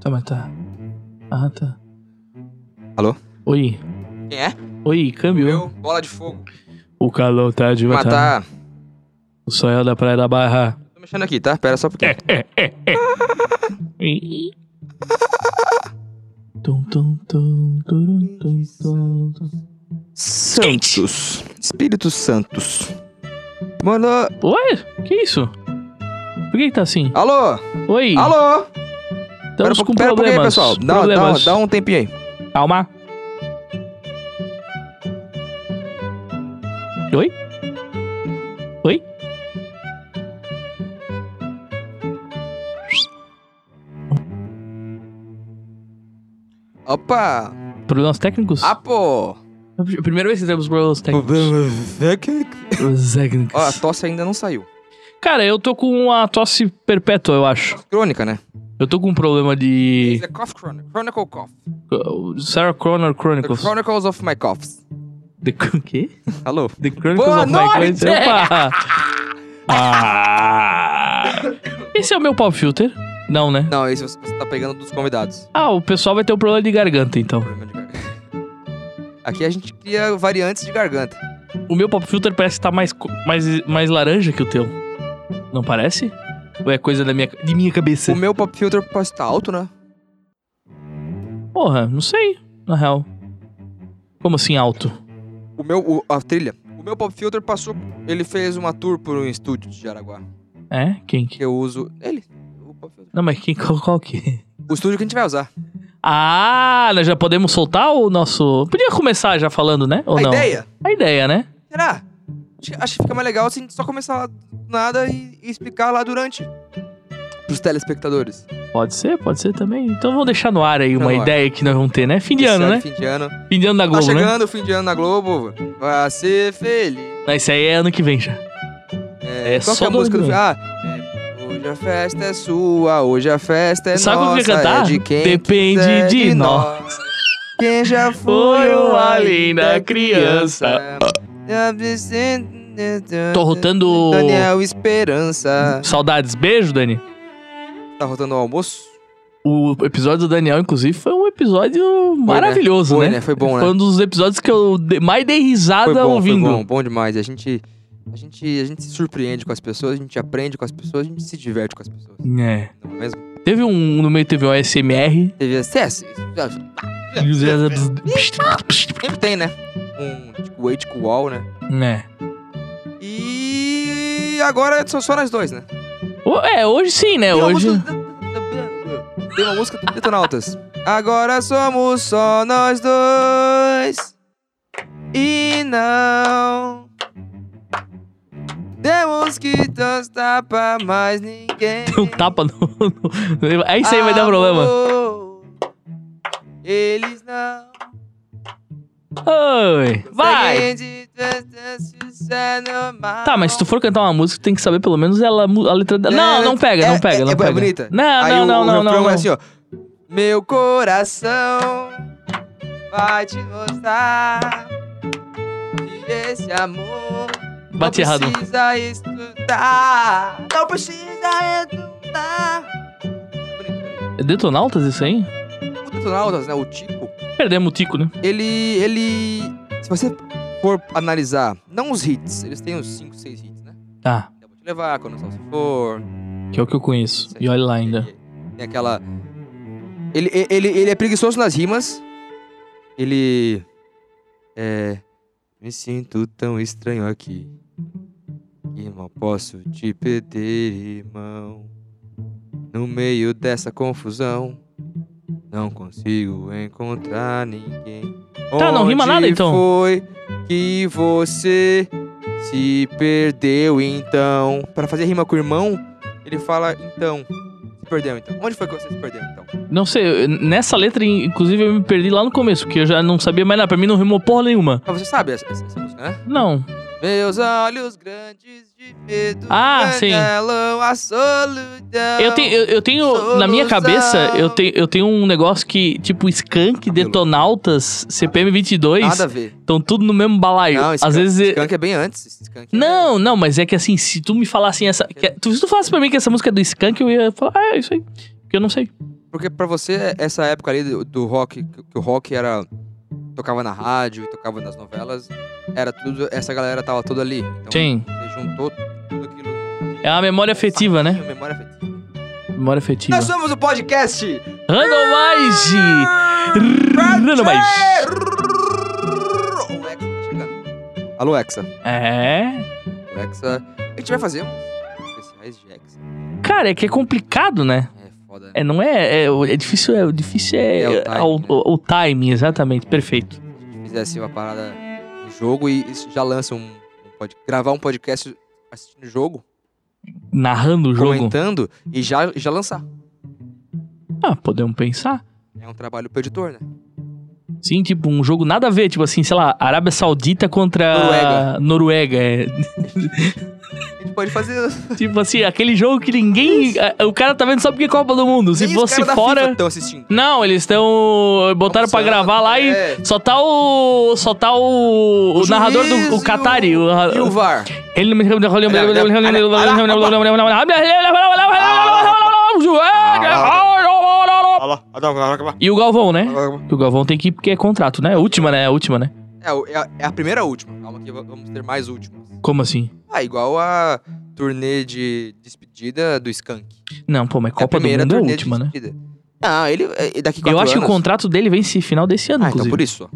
Tá, mas tá. Ah, tá. Alô? Oi. Quem é? Oi, câmbio. Eu, bola de fogo. O calor tá de matar. Matar. O sonho da Praia da Barra. Tô mexendo aqui, tá? Pera só um pouquinho. É. Tum, tum, tum, turum, tum, tum, tum. Santos. Espírito Santos. Mano. Ué, que isso? Por que que tá assim? Alô? Oi, Alô? Pera, estamos um com pouco- pera um pouquinho aí, problemas. pessoal. Dá, dá, problemas. dá um tempinho aí. Calma. Oi? Oi? Opa! Ah, Problemas técnicos? Apo! É a primeira vez que temos problemas técnicos. Ó, Problemas técnicos. a tosse ainda não saiu. Cara, eu tô com uma tosse perpétua, eu acho. Crônica, né? Eu tô com um problema de. It's a cough chronic. Chronicle cough. Sarah Connor The Chronicles. Chronicles of my coughs. The, o quê? Alô? The Chronicles Boa of My noite! Clans. Opa! Ah! Esse é o meu pop filter? Não, né? Não, esse você você tá pegando dos convidados. Ah, o pessoal vai ter um problema de garganta, então. Problema de garganta. Aqui a gente cria variantes de garganta. O meu pop filter parece que tá mais, co- mais, mais laranja que o teu. Não parece? Ou é coisa da minha, de minha cabeça? O meu pop filter pode estar alto, né? Porra, não sei, na real. Como assim alto? O meu, o- a trilha. O meu pop filter passou. Ele fez uma tour por um estúdio de Jaraguá. É? Quem? Que eu uso. Ele. O, pop filter. Não, mas quem, qual, qual que? é? o estúdio que a gente vai usar. Ah, nós já podemos soltar o nosso... Podia começar já falando, né? Ou a não? ideia? A ideia, né? Será? Acho, que- acho que fica mais legal se a gente só começar lá do nada e, e explicar lá durante. Pros telespectadores. Pode ser, pode ser também. Então vamos deixar no ar aí Tá uma no ar. ideia que nós vamos ter, né? Fim de Esse ano, né? Fim de ano. Fim de ano da Tá Globo, né? chegando o fim de ano na Globo. Vai ser feliz. Não, Isso aí é ano que vem já. É Qual que só é a do música do ano. filme? Ah, é, hoje a festa é sua, hoje a festa é Sabe o que eu nossa. ia cantar? É de quem Depende quiser, de nós. Quem já foi uma linda criança. Tô rotando- Daniel Esperança. Saudades. Beijo, Dani. Tá rotando o almoço? O episódio do Daniel, inclusive, foi um episódio maravilhoso, Foi, né? né? Foi bom, né? Foi um dos episódios que eu de- mais dei risada foi bom, ouvindo. foi bom, bom demais. A gente, a, gente, a gente se surpreende com as pessoas, a gente aprende com as pessoas, a gente se diverte com as pessoas. É. Não é mesmo? assim, Teve um, no meio teve um ASMR. Teve acesso? Sempre tem, né? Um tipo, wait to wall, né? né? E agora são só nós dois, né? Ho- É, hoje sim, né? Tem uma Hoje. música- Tem uma música do Detonautas. Agora somos só nós dois. E não. Temos que tostar pra mais ninguém. Tem um tapa no. no... Aí isso aí vai dar Ah, problema. Amor, Eles não. Oi. Vai! conseguem de tantas Isso é normal. Tá, mas se tu for cantar uma música, tu tem que saber pelo menos ela, mu- a letra dela. É, Não, não pega, não é- pega, é- não é pega. bonita? Não, Aí não, o, não, o não, refrão não. é assim, ó. Meu coração vai te mostrar que esse amor Bate não errado. precisa estudar. Não precisa estudar. Bonito, É Detonautas isso aí? bonito. O Detonautas, né, o Tico, Perdemos o Tico, né? ele, ele... Se você for analisar, não os hits, eles têm uns 5, 6 hits, né? Tá, Eu vou te levar, quando o sol se for... que é o que eu conheço. E olha lá ainda. Tem aquela. Ele, ele, ele é preguiçoso nas rimas. Ele. É. Me sinto tão estranho aqui. Que mal posso te perder, irmão. No meio dessa confusão. Não consigo encontrar ninguém. Tá, não rima Onde nada, então. Foi que você se perdeu então. Pra fazer rima com o irmão, ele fala então. Se perdeu então. Onde foi que você se perdeu então? Não sei, eu- nessa letra, inclusive, eu me perdi lá no começo, porque eu já não sabia mais nada. Pra mim não rimou porra nenhuma. Mas Ah, você sabe essa, essa- essa música, né? Não. Meus olhos grandes de medo Ah, sim. anelam a solidão. Eu tenho, eu, eu tenho na minha Solução. cabeça, eu tenho, eu tenho um negócio que, tipo, Skank, Cabelo. Detonautas, Nada a CPM22, ver. estão tudo no mesmo balaio. Não, Às Skank- vezes Skank é bem antes. Skank é- Não, não, mas é que assim, se tu me falasse essa. é que- tu, se tu falasse pra mim que essa música é do Skank, eu ia falar, ah, é isso aí. Porque eu não sei. Porque pra você, essa época ali do, do rock, que que o rock era. tocava na rádio e tocava nas novelas, era tudo. Essa galera tava toda ali. Então Sim. você juntou tudo aquilo. É uma memória afetiva, né? Memória afetiva. Memória afetiva. Nós somos o podcast! Randomize! Randomize! O Hexa tá chegando. Alô, Hexa. É. O Hexa. A gente vai fazer uns especiais de Hexa. Cara, é que é complicado, né? É foda. É, não é. É, é difícil, é, o difícil é, É o timing, ao- né? o- o timing, exatamente. Perfeito. gente fizesse uma parada no jogo e isso já lança um, um pod- gravar um podcast assistindo o jogo, Narrando o jogo. comentando e já, já lançar. Ah, podemos pensar. É um trabalho pro editor, né? Sim, tipo, um jogo nada a ver, tipo assim, sei lá, Arábia Saudita contra Noruega. é. A gente pode fazer. tipo assim, aquele jogo que ninguém. a- O cara tá vendo só porque é Copa do Mundo. Se Nem os fosse caras da fora. FIFA estão assistindo. Não, eles estão. Botaram pra Almoçando, gravar lá e. é. Só tá o. Só tá o. O, juiz narrador do. e O Qatari. O, E o VAR. Ele não me chama de rolê. Olha, olha, Olha E o Galvão, né? E o Galvão tem que ir porque é contrato, né? É a última, né? É a última, né? É, o- é a- é a primeira última. Calma que va- vamos ter mais últimas. Como assim? Ah, igual a turnê de despedida do Skank. Não, pô, mas É a Copa do primeira Mundo é a turnê última, de né? despedida. Não, ele. é- Daqui Eu quatro acho que o anos- contrato dele vence final desse ano, Ah, então inclusive. por isso. ó.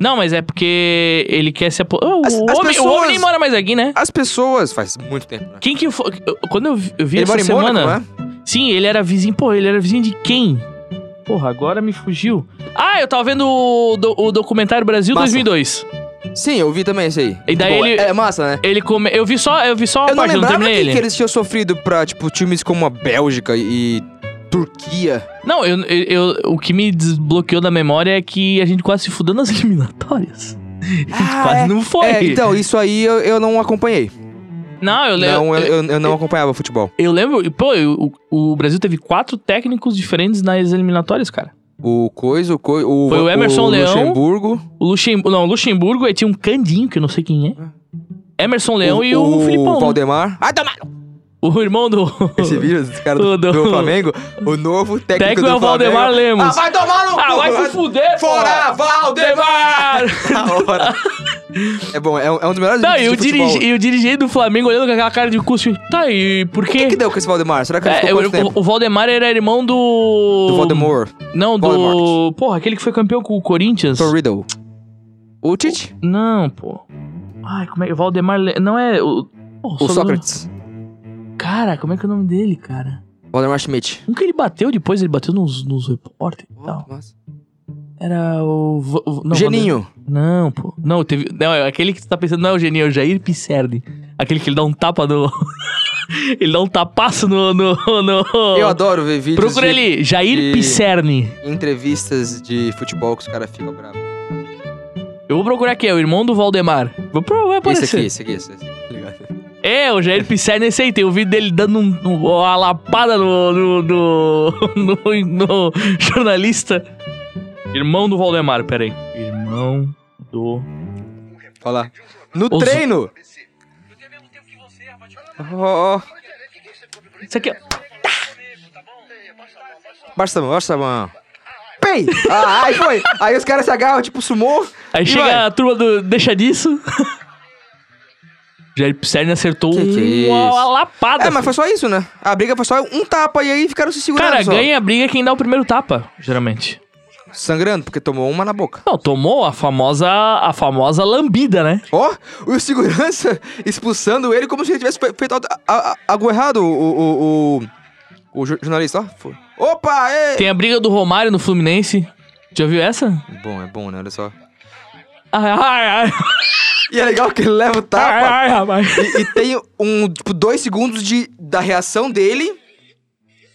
Não, mas é porque ele quer se aposentar. As- o, as homem, o pessoas- homem nem mora mais aqui, né? As pessoas. Faz muito tempo, né? Quem que foi. eu- Quando eu vi, eu vi ele essa mora em semana. Mônaco, né? Sim, ele era vizinho. Pô, ele era vizinho de quem? Porra, agora me fugiu. Ah, eu tava vendo o, do- o documentário Brasil Massa. 2002. Sim, eu vi também isso aí. E daí né? Boa. ele- É massa, né? Ele come... Eu vi só, eu vi só a Eu não parte, eu não lembrava terminei que, ele. que eles tinham sofrido pra, tipo, times como a Bélgica e Turquia. Não, eu, eu, eu- o que me desbloqueou da memória é que a gente quase se fudou nas eliminatórias. A gente Ah, quase é. não foi. É, então, isso aí eu, eu não acompanhei. Não, eu lembro. não, eu, eu, eu- eu não acompanhava futebol. eu lembro. Pô, eu- o, o Brasil teve quatro técnicos diferentes nas eliminatórias, cara. O Coisa, o Coisa... O, Foi o Emerson Leão, Luxemburgo. O Luxemburgo. Não, o Luxemburgo aí tinha um Candinho, que eu não sei quem Hum. é. Emerson Leão e o, Filipão. né? Valdemar. Ah, toma! O irmão do. Esse vídeo, esse cara O do, do- do Flamengo. O novo técnico, Técnico do é o Flamengo. Valdemar Lemos. Ah, vai tomar no Ah, cu! vai se fuder, Fora, Valdemar! Valdemar! Da hora. é bom, é um, é um dos melhores Não, e vídeos o, de futebol. dirige, e o dirigente do Flamengo olhando com aquela cara de curso. Tá, e por O que quê? que deu com esse Valdemar? Será que ele É, ficou quanto tempo? o, o Valdemar era irmão do. Do Voldemort. Não, do. Voldemort. Porra, aquele que foi campeão com o Corinthians? Tom Riddle. O Tite? Não, pô. Ai, como é que. Valdemar. Le- Não é. O, Pô, O sobrenome- Sócrates. Cara, como é que é o nome dele, cara? Valdemar Schmidt. Nunca ele bateu depois, ele bateu nos, nos repórter e tal. Nossa. Era o. Vo- o- não, Geninho. Não, pô. Não, teve. Não, é aquele que tu tá pensando não é o Geninho, é o Jair Pisserni. Aquele que ele dá um tapa no. ele dá um tapaço no. no, no- Eu adoro ver vídeos Procura de ele, Jair de- Pisserni. entrevistas de futebol que os caras ficam bravos. Eu vou procurar aqui, é o irmão do Valdemar. Vou pro- vai aparecer. Esse aqui, esse aqui, esse aqui. tá ligado? É, o Jair Pisserni, esse aí. Tem o vídeo dele dando um- um- uma lapada no no, no, no- no jornalista. Irmão do Valdemar, peraí. Irmão do... Olha lá. No Os- treino! Ó, ó, ó. Isso aqui, é ó. Baixa a mão, baixa a mão. Pei! Ah, aí foi! Aí os caras se agarram, tipo, sumou. Aí e chega vai. a turma do. Deixa disso. Jair Pisserni acertou Que que é uma, isso? uma lapada. É, mas foi só isso, né? A briga foi só um tapa e aí ficaram se segurando. Cara, só. ganha a briga quem dá o primeiro tapa, geralmente. Sangrando, porque tomou uma na boca. Não, tomou a famosa, a famosa lambida, né? Ó, o segurança expulsando ele como se ele tivesse fe- feito a- a- a- algo errado, o, o, o, o jo- jornalista, ó. Foi. Opa, é! Tem a briga do Romário no Fluminense. Já viu essa? Bom, é bom, né? Olha só. Ai, ai, ai. E é legal que ele leva o ai, tapa ai, rapaz. e, e tem um, tipo, dois segundos de, da reação dele,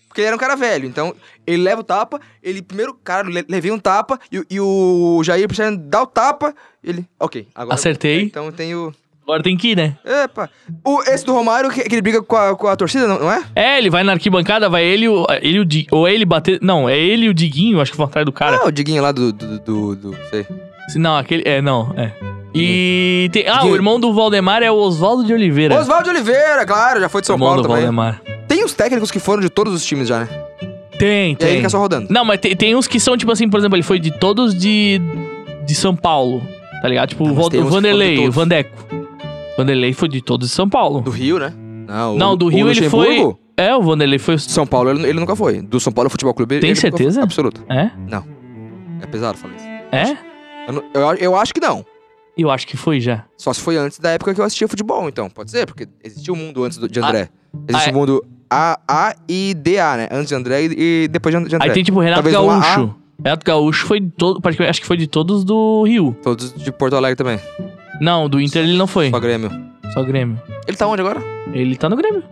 porque ele era um cara velho, então ele leva o tapa, ele primeiro, cara, le, levei um tapa e, o- e o Jair precisando dar o tapa, ele, ok, agora... Acertei. Então tem o... Agora tem que ir, né? Epa! O, esse do Romário, que, que ele briga com a, com a torcida, não, não é? É, ele vai na arquibancada, vai ele, o- ele o Di- ou ele bater. Não, é ele e o Diguinho, acho que vão atrás do cara. Ah, o Diguinho lá do. do, do, do- não sei. Se- Não, aquele. É, não, é. E tem. Ah, Diga. o irmão do Valdemar é é o Oswaldo de Oliveira. Oswaldo Oliveira, claro, já foi de São irmão Paulo do também. Valdemar. Tem uns técnicos que foram de todos os times já, né? Tem, E aí ele tem. fica só rodando. Não, mas tem, tem uns que são, tipo assim, por exemplo, ele foi de todos de, de São Paulo, tá ligado? Tipo, Ah, o mas Vo- tem uns o que foram de Vanderlei, o todos. Vandeco. Vanderlei foi de todos de São Paulo. Do Rio, né? Não, o- Não, do o Rio ele foi- Luxemburgo, É, o Vanderlei foi... São Paulo ele, ele nunca foi. Do São Paulo Futebol Clube ele- Tem ele nunca foi. certeza? Absoluto. É? É pesado falar isso. É? Eu, não- eu- eu acho que não. Eu acho que foi já. Só se foi antes da época que eu assistia futebol, então. Pode ser, porque existia o mundo antes do- de André. ah, Existe é. o mundo A, A e DA, né? Antes de André e, e depois de And- de André. Aí tem, tipo, Renato Talvez uma A. Gaúcho. Renato Gaúcho foi de todo... praticamente, Acho que foi de todos do Rio. Todos de Porto Alegre também. Não, do Inter Então ele não foi. Só Grêmio. Só Grêmio. Ele tá onde agora? Ele tá no Grêmio.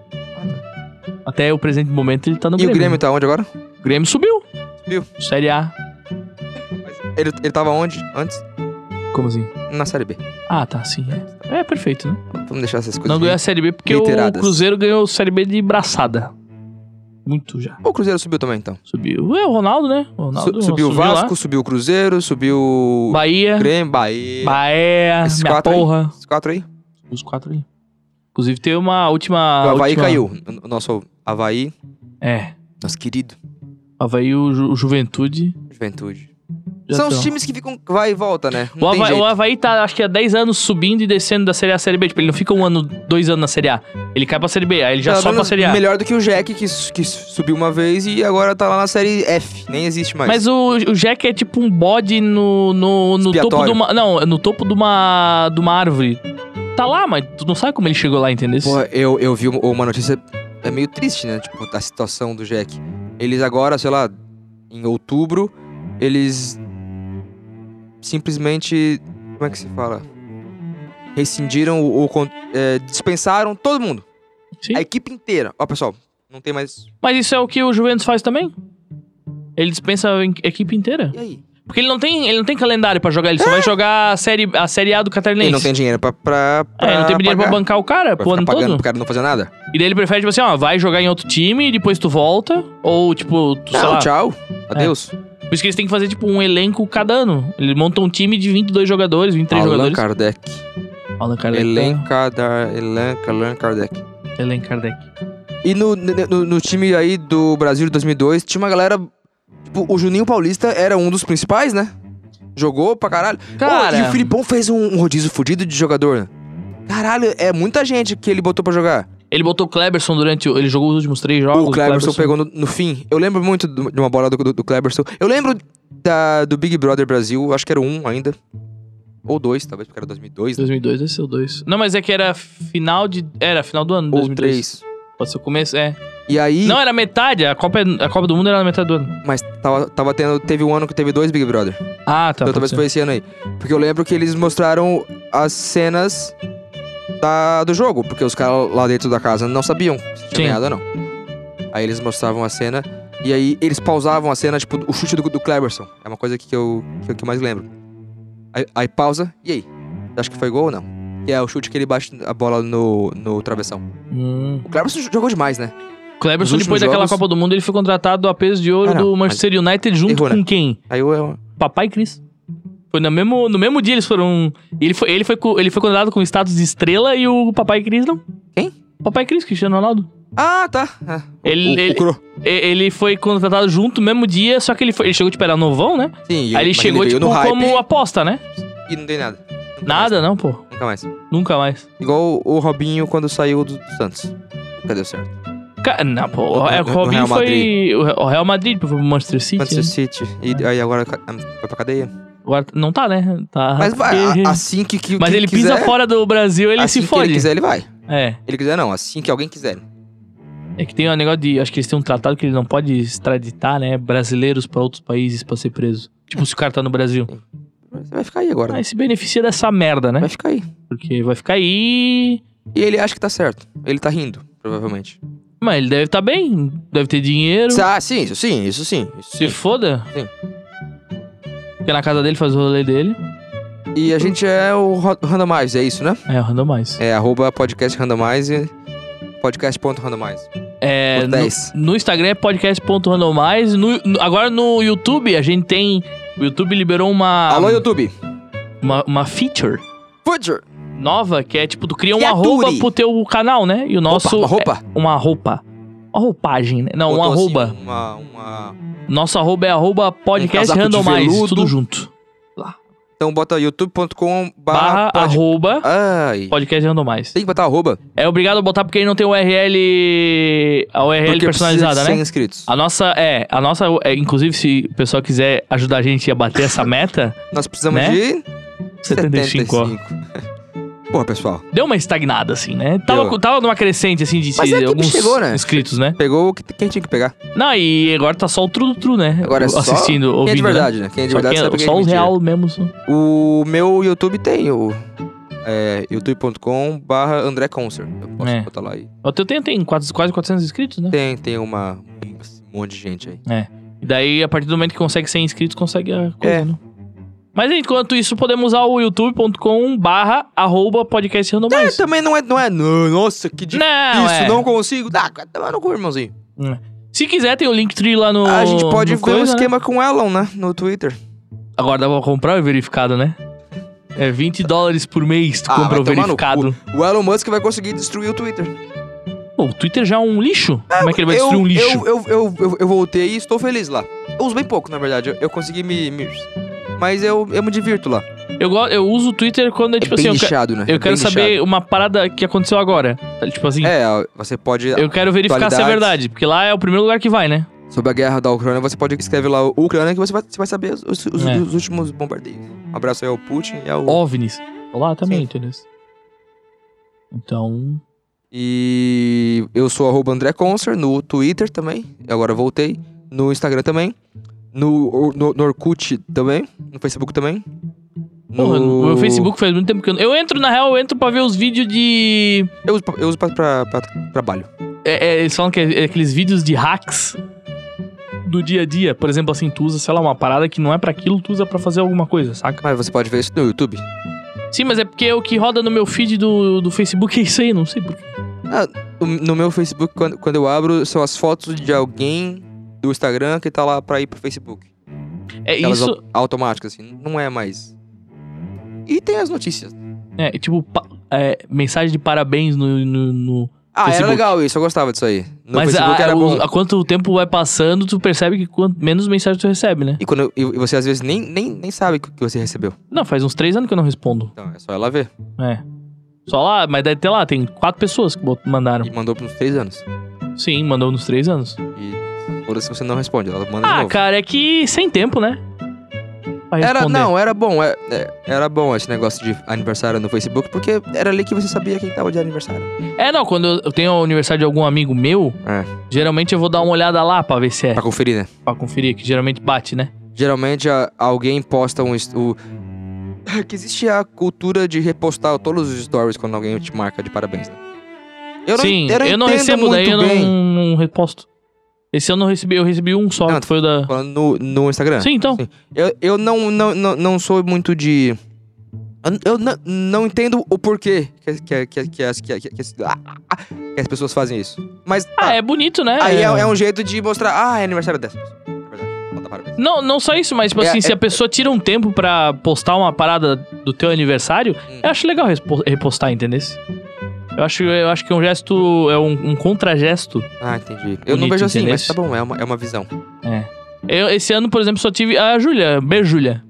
Até o presente momento ele tá no e Grêmio. o Grêmio tá onde agora? O Grêmio subiu. Subiu. Série A. Ele, ele tava onde antes? Como assim? Na Série B. Ah, tá, sim. É, É, perfeito, né? Vamos deixar essas coisas. Não bem- ganhou a Série B porque literadas. o Cruzeiro ganhou a Série B de braçada. Muito já. O Cruzeiro subiu também, então. Subiu. É, o Ronaldo, né? O Su- Ronaldo subiu o lá. Vasco, subiu o Cruzeiro, subiu o Bahia. Grêmio, Bahia. Bahia. Esses Minha quatro aí. porra. Esses quatro aí. Os quatro ali. Inclusive, tem uma última. o Havaí última- caiu. O nosso Havaí, É. nosso querido Havaí, o, Ju- o Juventude. Juventude. já São os tão. times que ficam vai e volta, né? Não O tem Havaí, jeito. o Havaí tá, acho que há 10 anos subindo e descendo da Série A à Série B. Tipo, ele não fica um ano, dois anos na Série A. Ele cai pra Série B, aí ele já Pelo sobe pra menos Série A. Melhor do que o Jack, que, su- que subiu uma vez e agora tá lá na série F. Nem existe mais. Mas o, o Jack é tipo um bode no, no, no topo Expiatório. de uma. Não, no topo de uma, de uma árvore. Tá lá, mas tu não sabe como ele chegou lá, entendeu? Pô, eu, eu vi uma- uma notícia é meio triste, né? Tipo, da situação do Jack. Eles agora, sei lá, em outubro, eles simplesmente. Como é que se fala? Rescindiram o. o con- é, dispensaram todo mundo. Sim. A equipe inteira. Ó, pessoal, não tem mais. Mas isso é o que o Juventus faz também? Ele dispensa a en- equipe inteira. E aí? Porque ele não tem, ele não tem calendário pra jogar, ele só vai jogar a série, a série A do Catarinense. Ele É. não tem dinheiro pra. pra, É, não tem dinheiro pra pagar. bancar o cara Vai pro ano ficar pagando todo. pro cara não fazer nada? E daí ele prefere, tipo assim, ó, vai jogar em outro time e depois tu volta. Ou, tipo, tu, sei Não, lá. tchau. É, Adeus. Por isso que eles têm que fazer, tipo, um elenco cada ano. Ele monta um time de 22 jogadores, 23 Allan jogadores. Kardec. Allan Kardec. Elen Kardec. Allan Kardec. Allan Kardec. E no, no, no time aí do Brasil de 2002, tinha uma galera. Tipo, o Juninho Paulista era um dos principais, né? Jogou pra caralho. Cara- Ô, e o Filipão fez um, um rodízio fudido de jogador. né? Caralho, é muita gente que ele botou pra jogar. Ele botou o Kleberson durante. o- Ele jogou os últimos três jogos. o Cleberson pegou no, no fim. Eu lembro muito do- de uma bola do, do, do Cleberson. Eu lembro da, do Big Brother Brasil, acho que era um ainda. Ou dois, talvez, porque era 2002, né? 2002 deve ser o 2. Não, mas é que era final de. Era final do ano, Ou 2003. três. Pode ser o começo, é. E aí. Não, era metade. A Copa, é- a Copa do Mundo era na metade do ano. Mas tava, tava tendo. Teve um ano que teve dois Big Brother. Ah, tá. Então pode talvez ser. foi esse ano aí. Porque eu lembro que eles mostraram as cenas da- do jogo, porque os caras lá dentro da casa não sabiam se Sim. tinha ganhado ou não. Aí eles mostravam a cena e aí eles pausavam a cena, tipo, o chute do, do Cleberson. É uma coisa que eu, que eu, que eu mais lembro. Aí, aí pausa, e aí? Acho que foi gol ou não? Que é o chute que ele bate a bola no, no travessão. Hum. O Cleberson jogou demais, né? Kleberson, depois Nos últimos daquela jogos- Copa do Mundo, ele foi contratado a peso de ouro Ah, não, do Manchester United junto errou, com né? quem? Aí eu, eu- Papai Cris. Foi no mesmo, no mesmo dia eles foram. Ele foi, ele, foi, co- ele foi contratado com status de estrela e o Papai Cris não. Quem? Papai Cris, Cristiano Ronaldo. Ah, tá. Ah, o- Ele- o- o ele- Cro- E- Ele foi contratado junto no mesmo dia, só que ele, foi, ele chegou, tipo, era novão, né? Sim, e- Aí ele mas chegou, veio tipo, no hype como aposta, né? e não tem nada. Nunca Nada, não, pô. mais, Nunca mais. Nunca mais. Igual o Robinho quando saiu do Santos. Nunca deu certo. Ca- Não, pô. No- O, é, o no- no Robinho Real foi. O Re- o Real Madrid, pô, foi pro Manchester City. Manchester né? City. E aí agora ca- vai pra cadeia. Agora não tá, né? Tá. Mas vai, porque- a- assim que, que Mas que ele quiser, pisa fora do Brasil, ele assim se que fode. ele quiser, ele vai. É. Ele quiser não, assim que alguém quiser. É que tem um negócio de. Acho que eles têm um tratado que ele não pode extraditar, né? Brasileiros pra outros países pra ser preso. Tipo, se o cara tá no Brasil. Você vai ficar aí agora. Aí se beneficia dessa merda, né? Vai ficar aí. Porque vai ficar aí. E ele acha que tá certo. Ele tá rindo, provavelmente. Mas ele deve tá bem, deve ter dinheiro. Ah, sim, isso sim, isso sim. Isso Se sim. foda. Sim. Fica na casa dele, faz o rolê dele. E a gente é o Ro- Randomize, é isso, né? É, random mais. É arroba podcast randomize. Podcast.randomize. É, Por no, 10. no Instagram é podcast.randomize. No, no, agora no YouTube a gente tem. O YouTube liberou uma. Alô, YouTube. uma, uma feature Future. nova que é tipo, tu cria um Feature. arroba pro teu canal, né? E o nosso. Opa, uma roupa. é uma roupa. roupagem, né? Não, um Botou, assim, arroba. uma, uma... Nosso arroba é arroba podcast Um casaco de randomize, veludo. tudo junto. Então bota youtube.com Barra, arroba Ai, podcast randomize. tem que botar arroba. É obrigado a botar porque aí não tem URL, a URL porque personalizada, precisa de né? 100 inscritos. A nossa, é, a nossa, é, inclusive se o pessoal quiser ajudar a gente a bater essa meta, Nós precisamos Né? de 75, ó. 75. Porra, pessoal. Deu uma estagnada, assim, né? Tava, Deu. co- tava numa crescente, assim, de Mas se- é que alguns chegou, né? inscritos, né? Pegou o que quem tinha que pegar. Não, e agora tá só o True do True, né? Agora é só Assistindo, quem ouvindo, é de verdade, né? Quem né? é de Só, verdade quem- sabe quem é só de os mentira. real mesmo. O meu YouTube tem o é, youtube.com barra André Concert. Eu posso É. botar lá aí. O teu tem, tem quase, quase 400 inscritos, né? Tem, tem uma, um monte de gente aí. E daí, a partir do momento que consegue 100 inscritos, consegue a coisa, É. né? Mas enquanto isso, podemos usar o youtube.com barra arroba podcast É, randomize. também não é, não é. não, Nossa, que difícil. Não, Isso, é. não consigo. Dá, toma no cu, irmãozinho. Se quiser, tem o Linktree lá no... a gente pode no ver um coisa, né? esquema com o Elon, né? No Twitter. Agora dá pra comprar o verificado, né? É 20 dólares por mês tu Ah, compra vai o tomar no verificado. O Elon Musk vai conseguir destruir o Twitter. Pô, o Twitter já é um lixo? Como é que ele vai destruir eu, um lixo? Eu, eu, eu, eu, eu voltei e estou feliz lá. Eu uso bem pouco, na verdade. Eu, eu consegui me, me- Mas eu, eu me divirto lá. Eu, go- eu uso o Twitter quando é tipo é assim... bem Eu, que- lixado, né? eu É quero bem saber uma parada que aconteceu agora. Tá, Tipo assim, lixado. É, você pode. eu quero verificar se é atualidades. verdade. Porque lá é o primeiro lugar que vai, né? Sobre a guerra da Ucrânia, você pode escrever lá Ucrânia que você vai, você vai saber os, os- os- É. os últimos bombardeios. Um abraço aí ao Putin e ao. OVNIs. Lá também, Tipo, Sim. entendeu? Então... E eu sou arroba André Concer no Twitter também. Agora eu voltei. No Instagram também. No, no, no Orkut também. No Facebook também. Porra, o meu Facebook faz muito tempo que eu... Eu entro, na real, eu entro pra ver os vídeos de... Eu uso, pra- eu uso pra, pra- pra trabalho. É, é, eles falam que é, é aqueles vídeos de hacks do dia a dia. Por exemplo, assim, tu usa, sei lá, uma parada que não é pra aquilo, tu usa pra fazer alguma coisa, saca? Mas você pode ver isso no YouTube. Sim, mas é porque o que roda no meu feed do, do Facebook é isso aí, não sei porquê. O- No meu Facebook, quando, quando eu abro, são as fotos de alguém do Instagram que tá lá pra ir pro Facebook. É Aquelas isso. au- automáticas, assim. Não é mais. E tem as notícias. É, tipo, pa- é, mensagem de parabéns no. no- no- Ah, Facebook. era legal isso, eu gostava disso aí. No mas a, Facebook era o- bom. a quanto tempo vai passando, tu percebe que quanto menos mensagem tu recebe, né? E, quando, eu- e você às vezes nem, nem, nem sabe o que você recebeu. Não, faz uns três anos que eu não respondo. Então é só ela ver. É. Só lá, mas daí até lá, tem quatro pessoas que bot- mandaram. E mandou por uns três anos. Sim, mandou nos três anos. E toda se você não responde, ela manda de Ah, novo. cara, é que sem tempo, né? Pra Era, responder. não, era bom. é- é, era bom esse negócio de aniversário no Facebook, porque era ali que você sabia quem tava de aniversário. É, não, quando eu- eu tenho o aniversário de algum amigo meu, É. geralmente eu vou dar uma olhada lá pra ver se é, Pra conferir, né? pra conferir, que geralmente bate, né? Geralmente a- alguém posta um. est- O... que existe a cultura de repostar todos os stories quando alguém te marca de parabéns, né? Eu Sim, eu não, entendo recebo, muito daí eu bem. não, não reposto. Esse eu não recebi, eu recebi um só, Não, que foi o da... Falando no, no Instagram. Sim, então. Sim. Eu, eu não, não, não, não sou muito de. Eu, eu não, não entendo o porquê que, que, que, que, as- que, que, que as- ah, ah, ah, que as pessoas fazem isso. Mas Ah, tá. é bonito, né? aí é, é um jeito de mostrar. Ah, é aniversário dessa pessoa. É verdade. Falta parabéns. Não, não só isso, mas tipo É, assim, é- se a pessoa tira um tempo pra postar uma parada do teu aniversário, Hum. eu acho legal respo- repostar, entendeu? Eu acho, eu acho que é um gesto, é um, um contragesto Ah, entendi. Eu Bonito, não vejo assim, entendeu? mas tá bom, é uma, é uma visão. Eu, esse ano, por exemplo, só tive a Júlia. Beijo, Júlia.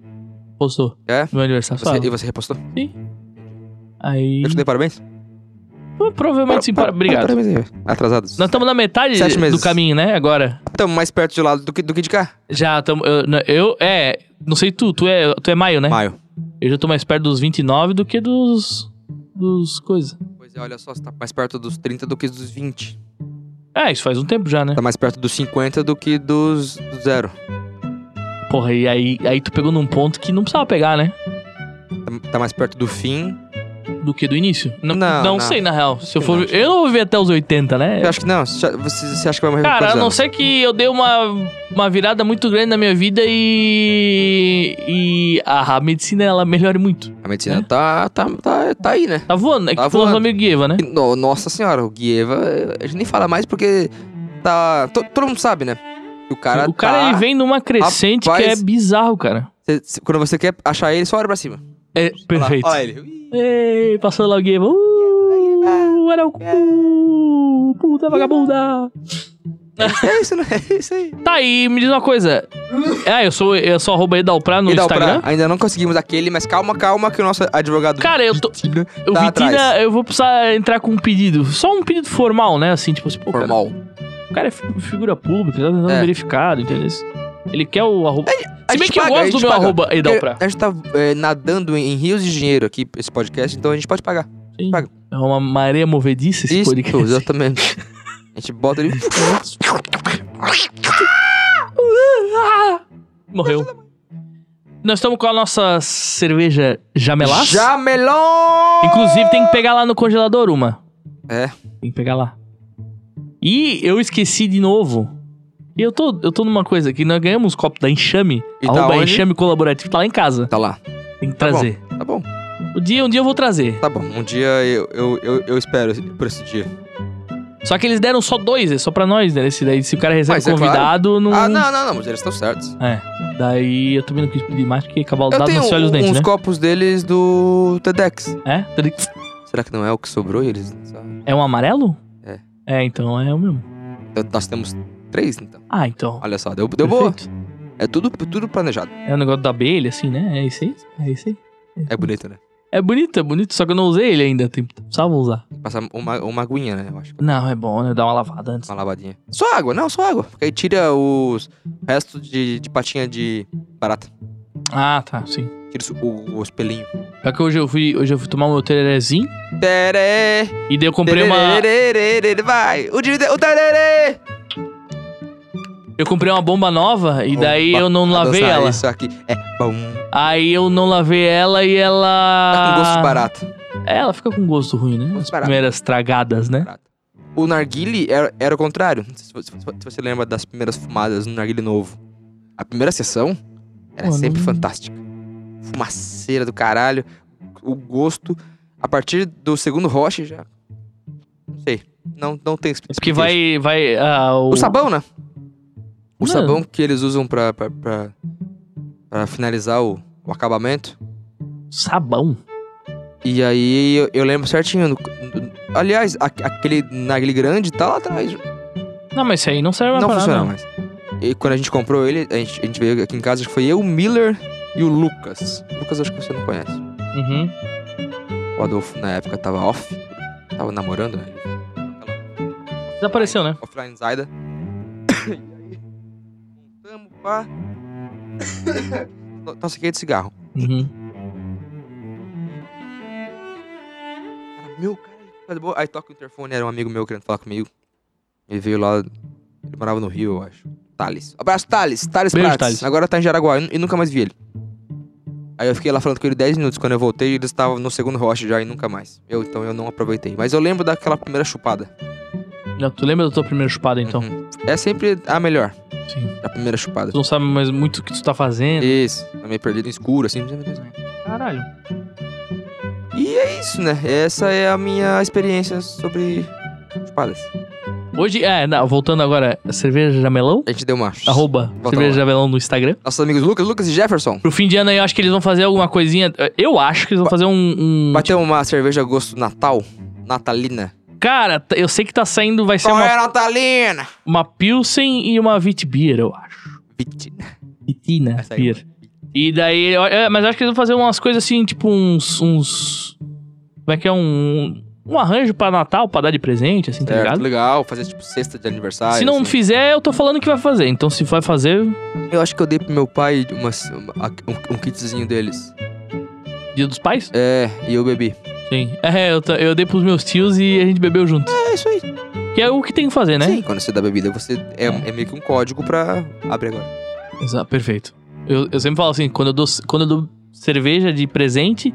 Postou. É? Meu aniversário. Você, só e ela. você repostou? Aí. Eu te dei parabéns? Pô, Provavelmente sim. para- Obrigado. Parabéns aí. Atrasados. Nós estamos na metade Sete do meses. caminho, né? Agora. Estamos mais perto de lá do que, do que de cá. Já estamos. Eu, não, eu- É. Não sei tu. Tu é, tu é maio, né? Maio. Eu já tô mais perto dos 29 do que dos. Dos coisas. Pois é, olha só, você tá mais perto dos 30 do que dos 20. É, isso faz um tempo já, né? Tá mais perto dos 50 do que dos do zero. Porra, e aí, aí tu pegou num ponto que não precisava pegar, né? Tá- Tá mais perto do fim. Do que do início. Não, não, Não, não. sei, na real. Se eu Sei for. não, eu não vou viver até os 80, né? Você acha que não? Você acha- Você, você acha que vai morrer com Cara, a quantos não anos? ser que eu dei uma, uma virada muito grande na minha vida e. E a, a medicina ela melhore muito. A medicina tá, tá, tá, tá aí, né? Tá voando, é que Tá tu lançou voando. meio Guieva, né? E, no- Nossa senhora, o Guieva, eh, a gente nem fala mais porque tá. to- todo mundo sabe, né? O cara, o cara tá- ele vem numa crescente que é Rapaz. bizarro, cara. Cê- cê- quando você quer achar ele, só olha pra cima. É perfeito. Olha ele. Ei, passou lá o Guieva. Uh, era o. cu, puta vagabunda. É isso, né? É isso aí. Tá, e me diz uma coisa. Ah, eu sou, eu sou arroba Edalpra no E dá o pra- Instagram. Ainda não conseguimos aquele, mas calma, calma, que o nosso advogado. Cara, eu tô- Vitina Eu, tá atrás. Vitina, eu vou precisar entrar com um pedido. Só um pedido formal, né? Assim, tipo assim, pô, cara, Formal. o cara é fi- figura pública, tá sendo É. verificado, entendeu? Ele quer o arroba. a Se bem gente que eu paga, a gosto do gente meu paga. arroba Edalpra. A gente tá é, nadando em, em rios de dinheiro aqui, esse podcast, então a gente pode pagar. Sim. paga. É uma maré movediça esse Isso, podcast. exatamente. a gente bota ali. Morreu. Nós estamos com a nossa cerveja Jamelás. Jamelão! Inclusive, tem que pegar lá no congelador uma. É. Tem que pegar lá. E eu esqueci de novo. E eu tô, eu tô numa coisa que nós ganhamos um copo da Enxame. E tá arroba onde? Enxame Colaborativo. Tá lá em casa. Tá lá. Tem que trazer. Tá bom, um, dia, um dia eu vou trazer. tá bom. Um dia eu, eu, eu, eu espero por esse dia. Só que eles deram só dois, é só pra nós, né? Esse daí, se o cara recebe Mas é convidado, não... Ah, não, não, não, mas eles estão certos. É. Daí eu também não quis pedir mais, porque cavalo Eu dado tenho não se olha os dentes, uns né? copos deles do TEDx. É? Tá ligado? Será que não é o que sobrou e eles... É um amarelo? É. É, então é o mesmo. Então, Nós temos três, então. Ah, então. Olha só, deu, deu boa. Perfeito. É tudo, tudo planejado. É o negócio da abelha, assim, né? É isso aí? É isso aí. É bonito, né? É bonito, é bonito, só que eu não usei ele ainda. Tem... Precisava usar. Passar uma, uma aguinha, né? Eu acho. Não, é bom, né? Dar uma lavada antes. Uma lavadinha. Só água, não, só água. Porque aí tira os restos de, de patinha de barata. Ah, tá, sim. Tira os- o, os pelinhos. Pior que hoje eu fui, hoje eu fui tomar o meu tererezinho Tererê, e daí eu comprei uma. tererê, vai! O, de- o tererê! Eu comprei uma bomba nova e daí Opa, eu não pra lavei dançar ela. Isso aqui é bom. Aí eu não lavei ela e ela. Tá com gosto de barata. É, ela fica com gosto ruim, né? As barato. primeiras tragadas, né? Barato. O narguile era, era o contrário. Não sei se você, se você lembra das primeiras fumadas no narguile novo. A primeira sessão era Pô, sempre não- fantástica. Fumaceira do caralho. O gosto. A partir do segundo roche já. Não sei. Não, não tem É porque vai. vai ah, O sabão, né? O Não. sabão que eles usam pra, pra, pra, pra finalizar o, o acabamento. Sabão? E aí eu, eu lembro certinho. no- no- aliás, a- aquele narguile grande tá lá atrás. Não, mas isso aí não serve mais não pra funciona nada. mais. E quando a gente comprou ele, a gente, a gente veio aqui em casa, acho que foi eu, o Miller e o Lucas. O Lucas acho que você não conhece. Uhum. O Adolfo na época tava off, tava namorando, né? Desapareceu, né? Offline Zaida. E aí, montamos, pá. No- Nossa, que é de cigarro. Uhum. Cara, meu, cara, que coisa boa. Aí toca o interfone, era um amigo meu querendo falar comigo. Ele veio lá, ele morava no Rio, eu acho. Thales. Abraço, Thales. Thales Beijo, Prates. Thales. Agora tá em Jaraguá e nunca mais vi ele. Aí eu fiquei lá falando com ele 10 minutos. Quando eu voltei, ele estava no segundo roche já e nunca mais. Eu, então eu não aproveitei. Mas eu lembro daquela primeira chupada. Já, tu lembra da tua primeira chupada, então? Uhum. É sempre a melhor, Sim. a primeira chupada. Tu não sabe mais muito o que tu tá fazendo. Isso, tá meio perdido no escuro, assim. Caralho. E é isso, né? Essa é a minha experiência sobre chupadas. Hoje, é, não, voltando agora, cerveja jamelão, A gente deu macho. arroba Volta cerveja lá. jamelão no Instagram. Nossos amigos Lucas, Lucas e Jefferson. Pro fim de ano aí, eu acho que eles vão fazer alguma coisinha. Eu acho que eles vão fazer um. um- Bateu uma cerveja gosto Natal, natalina. Cara, t- eu sei que tá saindo, vai ser Qual é uma, a natalina? uma Pilsen e uma Vitbeer, eu acho. Vitina. Vitina, Essa aí é Beer. E daí, eu- é, mas eu acho que eles vão fazer umas coisas assim, tipo uns. uns como é que é? Um, um arranjo pra Natal, pra dar de presente, assim, tá Certo, ligado? é, legal, fazer tipo cesta de aniversário. se não assim. fizer, eu tô falando que vai fazer. Então, se vai fazer, Eu acho que eu dei pro meu pai umas- uma- um, um kitzinho deles. Dia dos Pais? É, e eu bebi. Sim. É, eu, ta- eu dei pros meus tios e a gente bebeu junto. É isso aí. Que é o que tem que fazer, né? Sim, quando você dá bebida, você é, é meio que um código pra abrir agora. Exato, perfeito. Eu, eu sempre falo assim, quando eu, dou, quando eu dou cerveja de presente,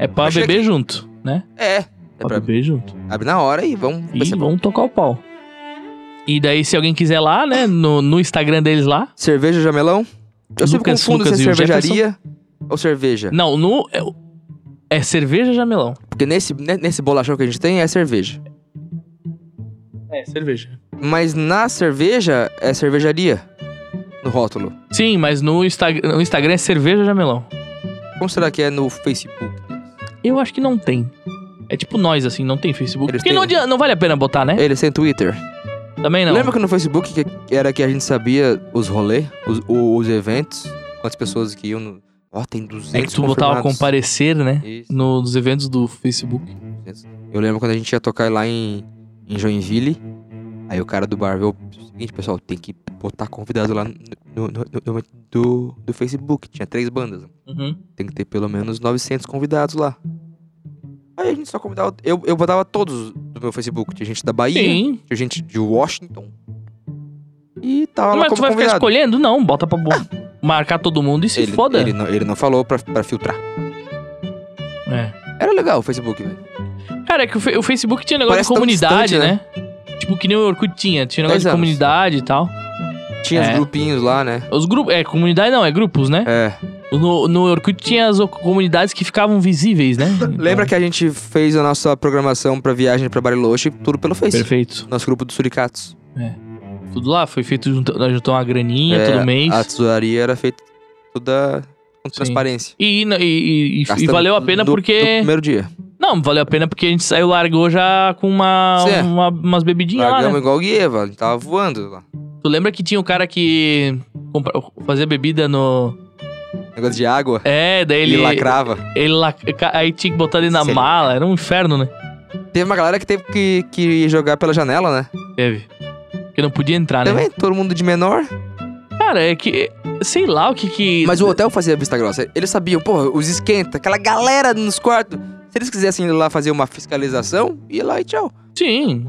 é pra Mas beber junto, né? É. É pra pra beber junto. abrir na hora e vamos. é E vamos tocar o pau. E daí, se alguém quiser lá, né, no, no Instagram deles lá... Cerveja Jamelão? Eu sempre Lucas, confundo Lucas se é e o cervejaria ou cerveja. Não, no... É, o- é cerveja jamelão. Porque nesse, ne- nesse bolachão que a gente tem é cerveja. É, cerveja. Mas na cerveja é cervejaria. No rótulo. Sim, mas no, Instag no Instagram é cerveja jamelão. Como será que é no Facebook? Eu acho que não tem. É tipo nós, assim, não tem Facebook. Eles Porque têm. não, adianta- não vale a pena botar, né? Eles têm é Twitter. Também não. Lembra que no Facebook que era que a gente sabia os rolês, os, o- os eventos? Quantas pessoas que iam no... Ó, tem 200 é que tu botava confirmados. comparecer, né? Isso. no- nos eventos do Facebook. Eu lembro quando a gente ia tocar lá em, em Joinville. Aí o cara do bar viu o seguinte, pessoal, tem que botar convidado lá no, no- no- no- do, do Facebook. Tinha três bandas. Uhum. Tem que ter pelo menos 900 convidados lá. Aí a gente só convidava. Eu, eu botava todos do meu Facebook. Tinha gente da Bahia, Sim. tinha gente de Washington. E tava lá Mas como tu vai ficar convidado. escolhendo? Não, bota pra bo- marcar todo mundo e se ele, foda. Ele não, ele não falou pra, pra filtrar. É. Era legal o Facebook, velho. Cara, é que o, fe- o Facebook tinha negócio Parece de tão comunidade, distante, né? Tipo, que nem o Orkut tinha. Tinha negócio Dez de anos. comunidade e tal. Tinha É. os grupinhos lá, né? Os grupos... É, comunidade não, é grupos, né? É. No, no Orkut tinha as o- comunidades que ficavam visíveis, né? Então, Lembra que a gente fez a nossa programação pra viagem pra Bariloche, tudo pelo Face. Perfeito. Nosso grupo dos suricatos. Tudo lá foi feito, junto, nós juntamos uma graninha É, todo mês. A tesouraria era feita toda com transparência. E, e- e- e Gastamos valeu a pena do- do porque... primeiro dia. Não, valeu a pena porque a gente saiu, largou já com uma, Cê. uma- umas bebidinhas lá, é. Largamos né? igual o Guieva, ele tava voando lá. Tu lembra que tinha um cara que compra- fazia bebida no... Negócio de água. É, daí Ele ele... lacrava. Ele lá, ca- aí tinha que botar ele na Sei. mala, era um inferno, né? Teve uma galera que teve que, que jogar pela janela, né? Teve. Porque não podia entrar, né? Também, todo mundo de menor. Cara, é que. Sei lá o que que. Mas o hotel fazia vista grossa. Eles sabiam, porra, os esquenta, aquela galera nos quartos. Se eles quisessem ir lá fazer uma fiscalização, ia lá e tchau. Sim.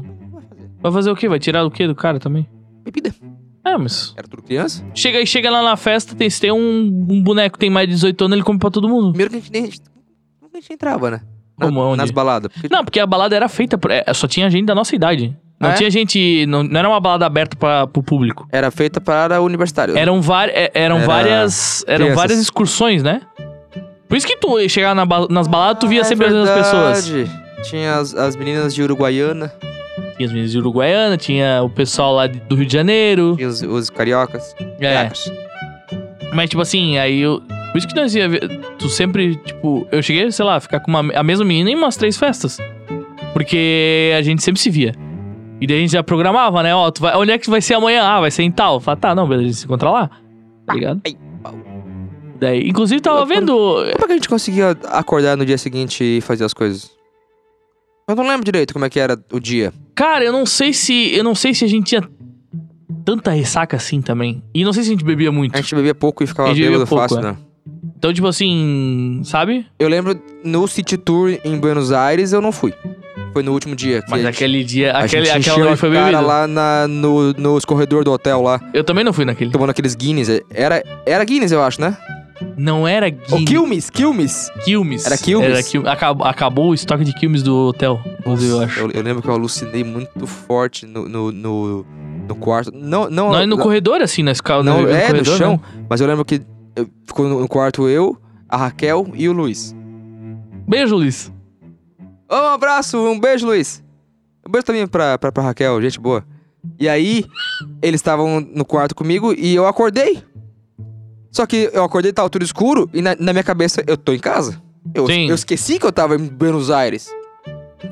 Vai fazer o quê? Vai tirar o quê do cara também? Bebida. É, mas. Era tudo criança. Chega, chega lá na festa, tem, se tem um, um boneco que tem mais de 18 anos, ele come pra todo mundo. Primeiro que a gente nem. A gente, nunca a gente entrava, né? Na- Como, onde? Nas baladas. Porque Não, porque a balada era feita. Por, é, só tinha gente da nossa idade. Não Ah, é? tinha gente. Não, não era uma balada aberta pra, pro público. Era feita para universitários. Eram, var, é, eram Era várias. Eram crianças. várias excursões, né? Por isso que tu chegava na ba- nas baladas, tu Ah, é via sempre as mesmas pessoas. pessoas. Tinha as, as meninas de Uruguaiana, Tinha as meninas de Uruguaiana, tinha o pessoal lá de- do Rio de Janeiro. tinha os, os cariocas. É. cariocas. Mas, tipo assim, aí eu. Por isso que nós ia ver. Tu sempre, tipo, eu cheguei, sei lá, ficar com uma, a mesma menina em umas três festas. Porque a gente sempre se via. E daí a gente já programava, né? Ó, tu vai, onde é que vai ser amanhã? Ah, vai ser em tal. Fala, tá, não, beleza, a gente se encontra lá. Tá ligado? Ai, Daí, inclusive, tava vendo. Como é que a gente conseguia acordar no dia seguinte e fazer as coisas? Eu não lembro direito como é que era o dia. Cara, eu não sei se. Eu não sei se a gente tinha tanta ressaca assim também. E não sei se a gente bebia muito. A gente bebia pouco e ficava A gente bebia bêbado pouco, fácil, é. né? Então, tipo assim, sabe? Eu lembro no City Tour em Buenos Aires eu não fui. Foi no último dia. que Mas a gente- aquele dia, a aquele, gente aquela encheu hora a foi cara bebida. lá na- no, nos corredores do hotel lá, Eu também não fui naquele. tomando aqueles Guinness. Era, era Guinness, eu acho, né? Não era Ou Guin- Quilmes, Quilmes. Quilmes. Era Quilmes? Era Quil- Acab- Acabou o estoque de Quilmes do hotel, inclusive, eu acho. Eu, eu lembro que eu alucinei muito forte no, no, no, no quarto. Não, não, Não, é no corredor, assim, na escala. não, no, é, no corredor, chão. né? Mas eu lembro que eu- ficou no no quarto eu, a Raquel e o Luiz. Beijo, Luiz. Ô, Um abraço, um beijo, Luiz. Um beijo também pra, pra, pra Raquel, gente boa. E aí, eles estavam no quarto comigo e eu acordei. Só que eu acordei, tava tudo escuro e na, na minha cabeça eu tô em casa. Eu, Sim. eu esqueci que eu tava em Buenos Aires.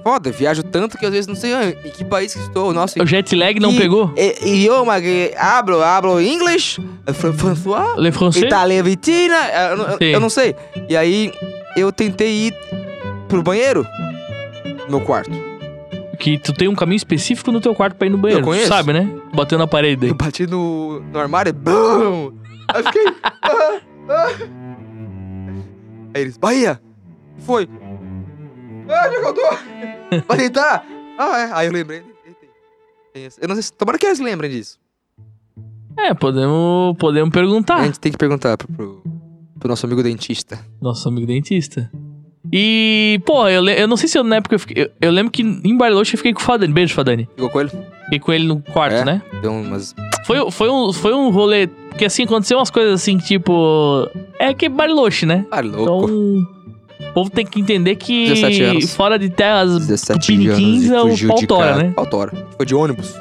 Foda, viajo tanto que às vezes não sei ah, em que país que estou. Nossa, O jet lag não E- pegou? E- idioma que hablo, hablo inglês, fr- François, Le Francais? Itália é Vitina, eu, não- eu- Sim. eu não sei. E aí eu tentei ir pro banheiro, meu quarto. Que tu tem um caminho específico no teu quarto pra ir no banheiro. tu conheço. sabe, né? Batendo na parede. Eu bati no, no armário e BAM! Aí eu fiquei. ah, ah. Aí eles, Bahia! Foi! Ah, onde é que eu tô? Vai deitar! Ah, é. Aí eu lembrei. deitei. Tem essa- Eu não sei se. Tomara que eles lembrem disso. É, podemos, podemos A perguntar. gente tem que perguntar pro, pro, pro nosso amigo dentista. Nosso amigo dentista. E, pô, eu, le- eu não sei se eu, na época eu fiquei. Eu, eu lembro que em Bariloche eu fiquei com o Fadani. Beijo, Fadani. Ficou com ele? Fiquei com ele no quarto, É? né? Deu umas. Foi, foi, um, foi um rolê. Porque assim, aconteceu umas coisas assim, tipo. É que é Bariloche, né? Ah, louco. Então. O povo tem que entender que 17 anos. fora de terras. 17 anos Tupiniquins é e o fugiu de Pautora, casa. né? Pautora. Foi de ônibus.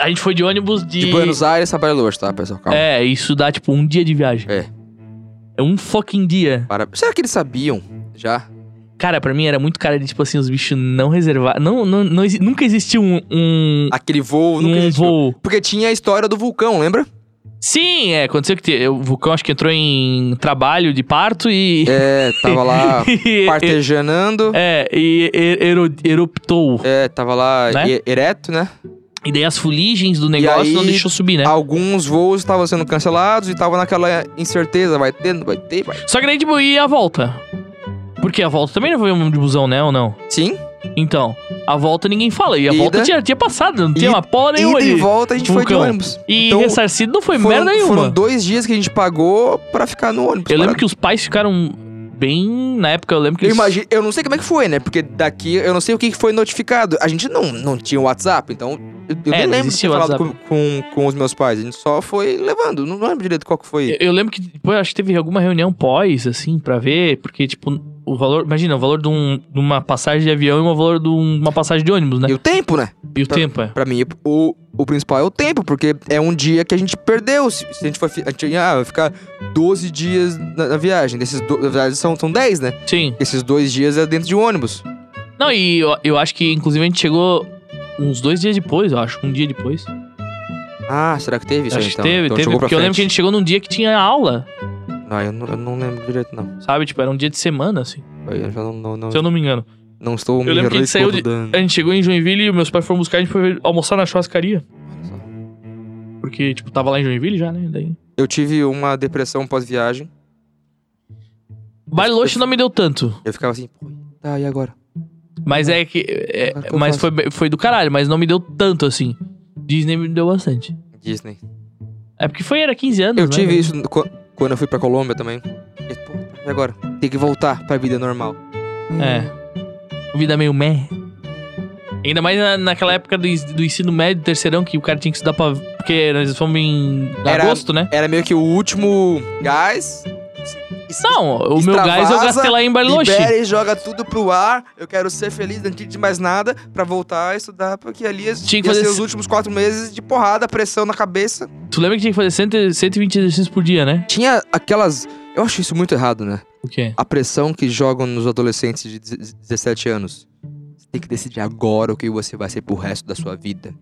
A gente foi de ônibus de. De Buenos Aires a Belo Horizonte, tá, pessoal? Calma. É, isso dá tipo um dia de viagem. É. É um fucking dia. Para- Será que eles sabiam já? Cara, pra mim era muito cara de, tipo assim, os bichos não reservados. Não, não, não exi- nunca existiu um, um, Aquele voo Ah, nunca um existiu. voo. Porque tinha a história do vulcão, lembra? Sim, é, aconteceu que te- o vulcão acho que entrou em trabalho de parto e. É, tava lá e- partejanando. é, e e- ero- eruptou. É, tava lá Né? e- ereto, né? E daí as fuligens do negócio aí- não deixou subir, né? Alguns voos estavam sendo cancelados e tava naquela incerteza, vai ter, não vai ter, vai. Só que daí, tipo, e a volta? Porque a volta também não foi um de busão, né? Ou não? Sim. Então, a volta ninguém fala. E a Ida. volta tinha, tinha passado, não tinha Ida- uma porra nenhuma Ida ali. e volta a gente foi de Vulcão. ônibus. E Então, ressarcido não foi merda nenhuma. Foram dois dias que a gente pagou pra ficar no ônibus. Eu lembro parado. que os pais ficaram bem. Na época, eu lembro que Eu, eles- imagi- eu não sei como é que foi, né? Porque daqui eu não sei o que que foi notificado. A gente não, não tinha o WhatsApp, então eu, eu É, nem não lembro de ter existia falado com, com, com os meus pais. A gente só foi levando. Não lembro direito qual que foi. Eu, né? eu lembro que depois acho que teve alguma reunião pós, assim, pra ver, porque, tipo, o valor. Imagina, o valor de, um- de uma passagem de avião e o valor de um- uma passagem de ônibus, né? E o tempo, né? E o tempo, é. Pra mim, o, o principal é o tempo, porque é um dia que a gente perdeu. Se, se a gente for. fi- A gente, ah, vai ficar 12 dias na, na viagem. Desses do, na verdade, são, são 10, né? Sim. Esses dois dias é dentro de um ônibus. Não, e eu, eu acho que, inclusive, a gente chegou uns dois dias depois, eu acho. Um dia depois. Ah, será que teve isso aí, acho que então? teve, Então teve. jogou pra Porque eu lembro que a frente. gente chegou num dia que tinha aula, Não, eu não, eu não lembro direito, não. sabe? Tipo, era um dia de semana, assim. Eu já não, não, não, Se eu não me engano. não estou me lembro que a gente saiu de- recordando. A gente chegou em Joinville e meus pais foram buscar, a gente foi almoçar na churrascaria. Porque, tipo, tava lá em Joinville já, né? Daí. Eu tive uma depressão pós-viagem. Bariloche não me deu tanto. Eu ficava assim, pô, tá, e agora? Mas Uhum. é que. é- Agora que eu mas faço. foi, bem- foi do caralho, mas não me deu tanto assim. Disney me deu bastante. Disney. É porque foi, era 15 anos. Eu né? tive isso qu- quando eu fui pra Colômbia também. E, pô, tá, e agora? Tem que voltar pra vida normal. É. Vida meio meh. Ainda mais na- naquela época do, ens- do ensino médio, terceirão, que o cara tinha que estudar pra. Porque nós fomos em Era- agosto, né? Era meio que o último gás. Não, o meu gás eu Extravasa, gastei lá em Bariloche. Libera e joga tudo pro ar. Eu quero ser feliz antes de mais nada pra voltar a estudar, porque ali ia Tinha que ia fazer ser os esse- últimos quatro meses de porrada, pressão na cabeça. Tu lembra que tinha que fazer 100 120 exercícios por dia, né? Tinha aquelas. Eu acho isso muito errado, né? O quê? a pressão que jogam nos adolescentes de 17 anos. Você tem que decidir agora o que você vai ser pro resto da sua vida.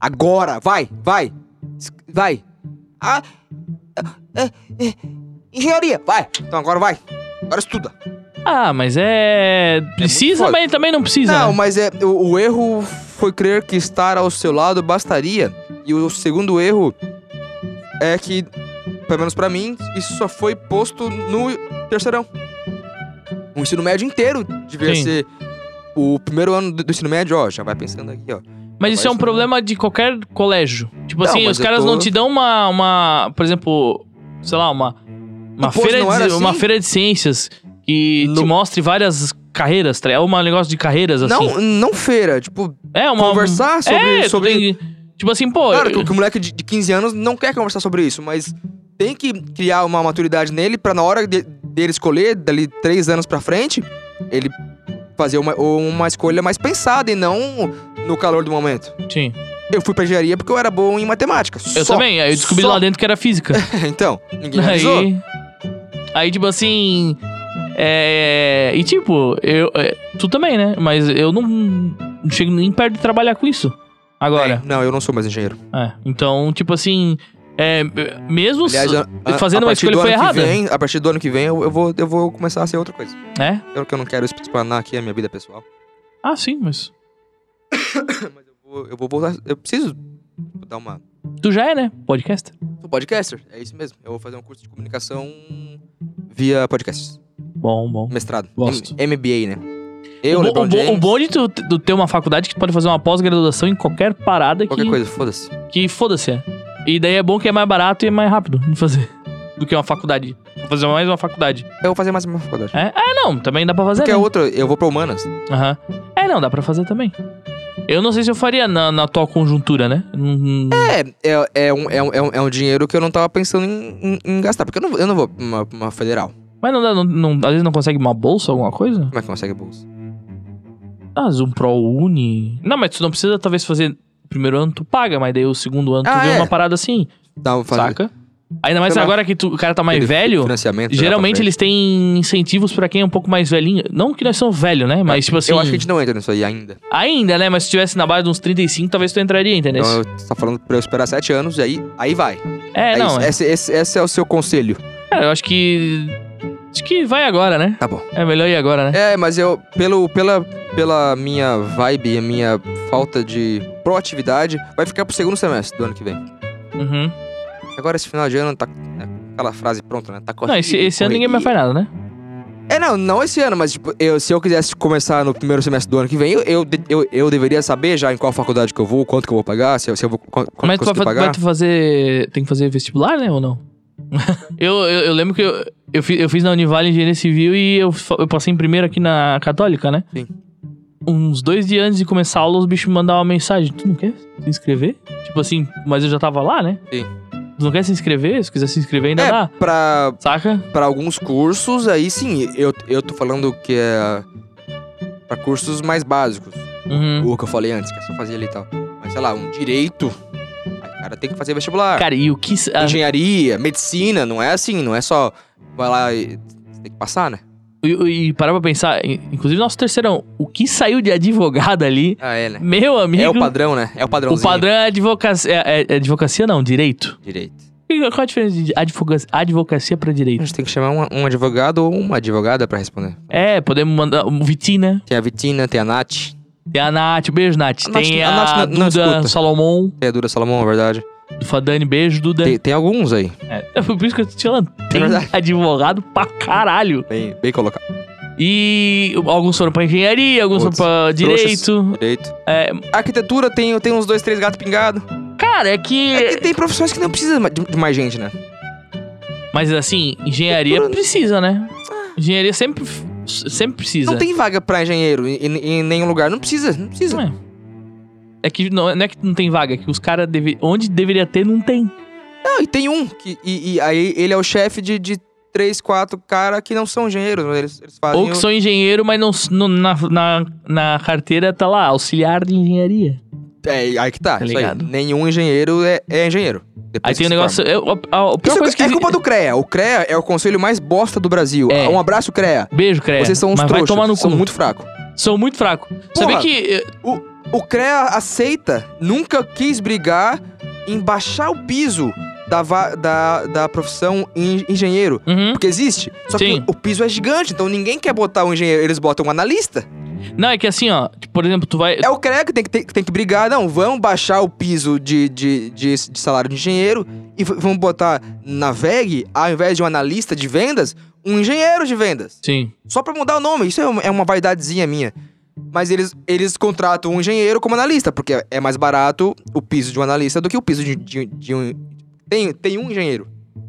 Agora! Vai! Vai! Es- Vai! Ah! é, é, é, engenharia! Vai! Então agora vai! Agora estuda! Ah, mas é. Precisa, foda. mas também não precisa. Não, né? mas é, o, o erro foi crer que estar ao seu lado bastaria. E o segundo erro é que, pelo menos pra mim, isso só foi posto no terceirão. O ensino médio inteiro devia Sim. ser o primeiro ano do, do ensino médio, ó, já vai pensando aqui, ó. Mas isso é um problema de qualquer colégio. Tipo Não, assim, mas os eu caras tô- não te dão uma, uma. Por exemplo, sei lá, uma. Uma, Mas, pô, feira de, não era uma assim? feira de ciências que te No- mostre várias carreiras. tá ligado? É um negócio de carreiras, assim. Não, não feira, tipo, é uma. conversar sobre... é, tu sobre... tem- Tipo assim, pô. Claro que, eu- o- que o moleque de, de 15 anos não quer conversar sobre isso, mas tem que criar uma maturidade nele pra na hora de- dele escolher, dali três anos pra frente, ele fazer uma, uma escolha mais pensada e não no calor do momento. Sim. Eu fui pra engenharia porque eu era bom em matemática. Eu só. também. Aí eu descobri Só. lá dentro que era física. então, ninguém me avisou. Aí, aí, tipo assim. É. E tipo, eu. é, tu também, né? Mas eu não, não chego nem perto de trabalhar com isso. Agora. É, não, eu não sou mais engenheiro. É, Então, tipo assim. É, mesmo. Aliás, se- a- a- fazendo a uma partir escolha do foi ano que errada. vem- a partir do ano que vem eu, eu vou, eu vou começar a ser outra coisa. É? Eu que eu não quero explanar aqui a minha vida pessoal. Ah, sim, mas. Mas eu vou, eu vou voltar. Eu preciso dar uma Tu já é, né? Podcast. Sou podcaster, é isso mesmo. Eu vou fazer um curso de comunicação via podcast. Bom, bom. Mestrado. Gosto. M- MBA, né? Eu, o, bo- LeBron o, bo- James, o bom é de tu, tu ter uma faculdade que tu pode fazer uma pós-graduação em qualquer parada qualquer que, coisa, foda-se. que foda-se. é. E daí é bom que é mais barato e é mais rápido de fazer do que uma faculdade. Vou fazer mais uma faculdade. Eu vou fazer mais uma faculdade. É, é não, também dá pra fazer. Porque né? a outra, eu vou pra humanas. Aham. É, não, dá pra fazer também. Eu não sei se eu faria na, na atual conjuntura, né? Hum, É, é, é, um, é, um, é, um, é um dinheiro que eu não tava pensando em, em- em gastar. Porque eu não, eu não vou pra uma, pra uma federal. Mas não dá, não- não- às vezes não consegue uma bolsa, alguma coisa? Como é que consegue bolsa? Ah, mas um ProUni. Não, mas tu não precisa talvez fazer. o Primeiro ano tu paga, mas daí o segundo ano tu Ah, vê é. uma parada assim, Dá, um- faz- saca? Ainda mais Sei lá. agora que tu- o cara tá mais Aquele velho. Financiamento. sei lá, Geralmente pra frente. eles têm incentivos pra quem é um pouco mais velhinho. Não que nós somos velhos, né? Mas, tipo assim. Ah, Eu acho que a gente não entra nisso aí ainda. Ainda, né? Mas se tivesse na base de uns 35, talvez tu entraria, entendeu? Então, você tá falando pra eu esperar sete anos e aí, aí vai. é, É não. isso. é- É, Esse, esse- esse é o seu conselho. Cara, eu acho que. Acho que vai agora, né? Tá bom. É melhor ir agora, né? É, mas eu, pelo, pela, pela minha vibe, a minha falta de proatividade, vai ficar pro segundo semestre do ano que vem. Uhum. Agora, esse final de ano, tá né, aquela frase pronta, né? Tá correndo. Não, esse, esse ano ninguém mais faz nada, né? É, não, não esse ano, mas tipo, eu, se eu quisesse começar no primeiro semestre do ano que vem, eu, eu, de- eu, eu deveria saber já em qual faculdade que eu vou, quanto que eu vou pagar, se eu, se eu vou qu- quanto Mas que é tu vai, eu vou fa- vai pagar. tu fazer. Tem que fazer vestibular, né? Ou não? eu, eu, eu lembro que eu, eu, fi- eu fiz na Univale Engenharia Civil e eu, fa- eu passei em primeiro aqui na Católica, né? Sim. Uns dois dias antes de começar a aula, os bichos me mandavam uma mensagem. Tu não quer se inscrever? Tipo assim, mas eu já tava lá, né? Sim. Tu não quer se inscrever? Se quiser se inscrever, ainda É, dá. pra, Saca? pra alguns cursos, aí sim, eu, eu tô falando que é pra cursos mais básicos. Uhum. O que eu falei antes, que é só fazer ali e tal. Mas sei lá, um direito, aí o cara tem que fazer vestibular. Cara, e o que. s- a- Engenharia, medicina, não é assim, não é só vai lá e você tem que passar, né? e, e parar pra pensar, in- inclusive nosso terceirão, o que saiu de advogado ali, Ah, é, né? meu amigo. É o padrão, né? É o O padrãozinho. padrão é advocacia. É, é- é advocacia não, direito. Direito. E Qual a diferença de advoga- advocacia pra A direito? gente tem que chamar um, um advogado ou uma advogada pra responder. É, podemos mandar o Vitinho, né? Tem a Vitina, tem a Nath, Tem a Nath, beijo, Nath. A Nath- tem a a, Nath não- não Duda escuta. Salomão, tem a Dura Salomão, é verdade. do Fadani, beijo, Duda. Tem, tem alguns aí. É, foi por isso que eu tô te falando. Tem verdade. advogado pra caralho. Bem, bem colocado. E alguns foram pra engenharia, alguns Outros foram pra trouxas. direito. Direito. É, Arquitetura tem, tem uns dois, três gatos pingados. cara, é que. É que tem profissões que não precisa ma- de, de mais gente, né? Mas assim, engenharia Arquitetura- precisa, né? Engenharia sempre, sempre precisa. Não tem vaga pra engenheiro em, em- em nenhum lugar. Não precisa, não precisa. É. É que não, não é que não tem vaga, é que os caras. Deve... Onde deveria ter, não tem. Não, e tem um. Que, e, e aí ele é o chefe de, de três, quatro caras que não são engenheiros, mas eles, eles fazem. Ou que o- sou engenheiro, mas não, não- na, na, na carteira tá lá, auxiliar de engenharia. É, aí que tá. Tá isso aí. ligado. Nenhum engenheiro é, é engenheiro. Aí Depois tem que o negócio. se Eu, a- a- a pior Isso é, coisa que é exi- culpa do CREA. O CREA é o conselho mais bosta do Brasil. É. Um abraço, CREA. Beijo, Crea. Vocês são uns mas trouxas. vai tomar no são cu. muito fraco. Sou muito fraco. Porra. Sabia que. eh, O CREA aceita, nunca quis brigar em baixar o piso da, va- da, da profissão en- engenheiro. uhum. Porque existe. Só Sim. que o piso é gigante, então ninguém quer botar um engenheiro, eles botam um analista. Não, é que assim, ó. tipo, por exemplo, tu vai. É o CREA que tem que, tem, que- tem que brigar, não, vamos baixar o piso de, de, de, de salário de engenheiro e v- vamos botar na VEG, ao invés de um analista de vendas, um engenheiro de vendas. Sim. Só pra mudar o nome, isso é uma, é uma vaidadezinha minha. Mas eles, eles contratam um engenheiro como analista, porque é mais barato o piso de um analista do que o piso de, de- de um. Tem, tem um engenheiro.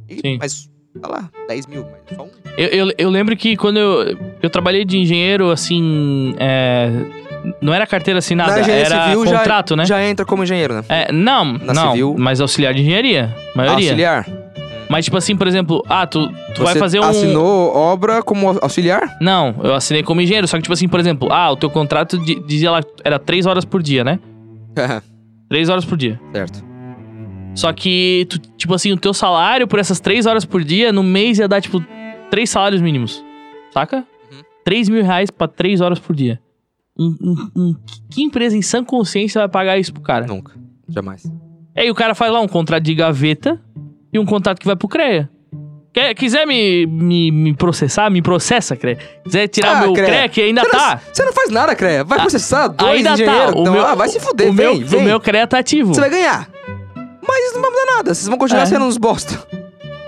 E- Sim. Mas, tá lá, 10 mil, mas só um. Eu, eu, eu lembro que quando eu, eu trabalhei de engenheiro, assim. é, não era carteira assinada, Na engenharia era civil já- contrato, né? Já entra como engenheiro, né? É, não, Na não. civil. Mas auxiliar de engenharia. Maioria. Auxiliar. Mas, tipo assim, por exemplo, ah, tu, tu vai Você fazer um. Assinou obra como au- auxiliar? Não, eu assinei como engenheiro, só que tipo assim, por exemplo, ah, o teu contrato di- dizia lá, era três horas por dia, né? Três horas por dia. certo. Só que, tu- tipo assim, o teu salário por essas três horas por dia, no mês ia dar, tipo, três salários mínimos. Saca? Uhum. Três mil reais pra três horas por dia. Um- um- um- que empresa em sã consciência vai pagar isso pro cara? Nunca. Jamais. E Aí o cara faz lá um contrato de gaveta e um contrato que vai pro CREA. Quer, quiser me, me, me processar, me processa, CREA. Quiser tirar Ah, o meu CREA. CREA, que ainda Você não- tá. Ah, Você não faz nada, Creia. Vai processar dois ainda engenheiros. tá. O Então, meu- ah, vai se fuder, o, vem, meu, vem. o meu CREA tá ativo. Você vai ganhar. Mas isso não vai mudar nada. Vocês vão continuar É. sendo uns bosta.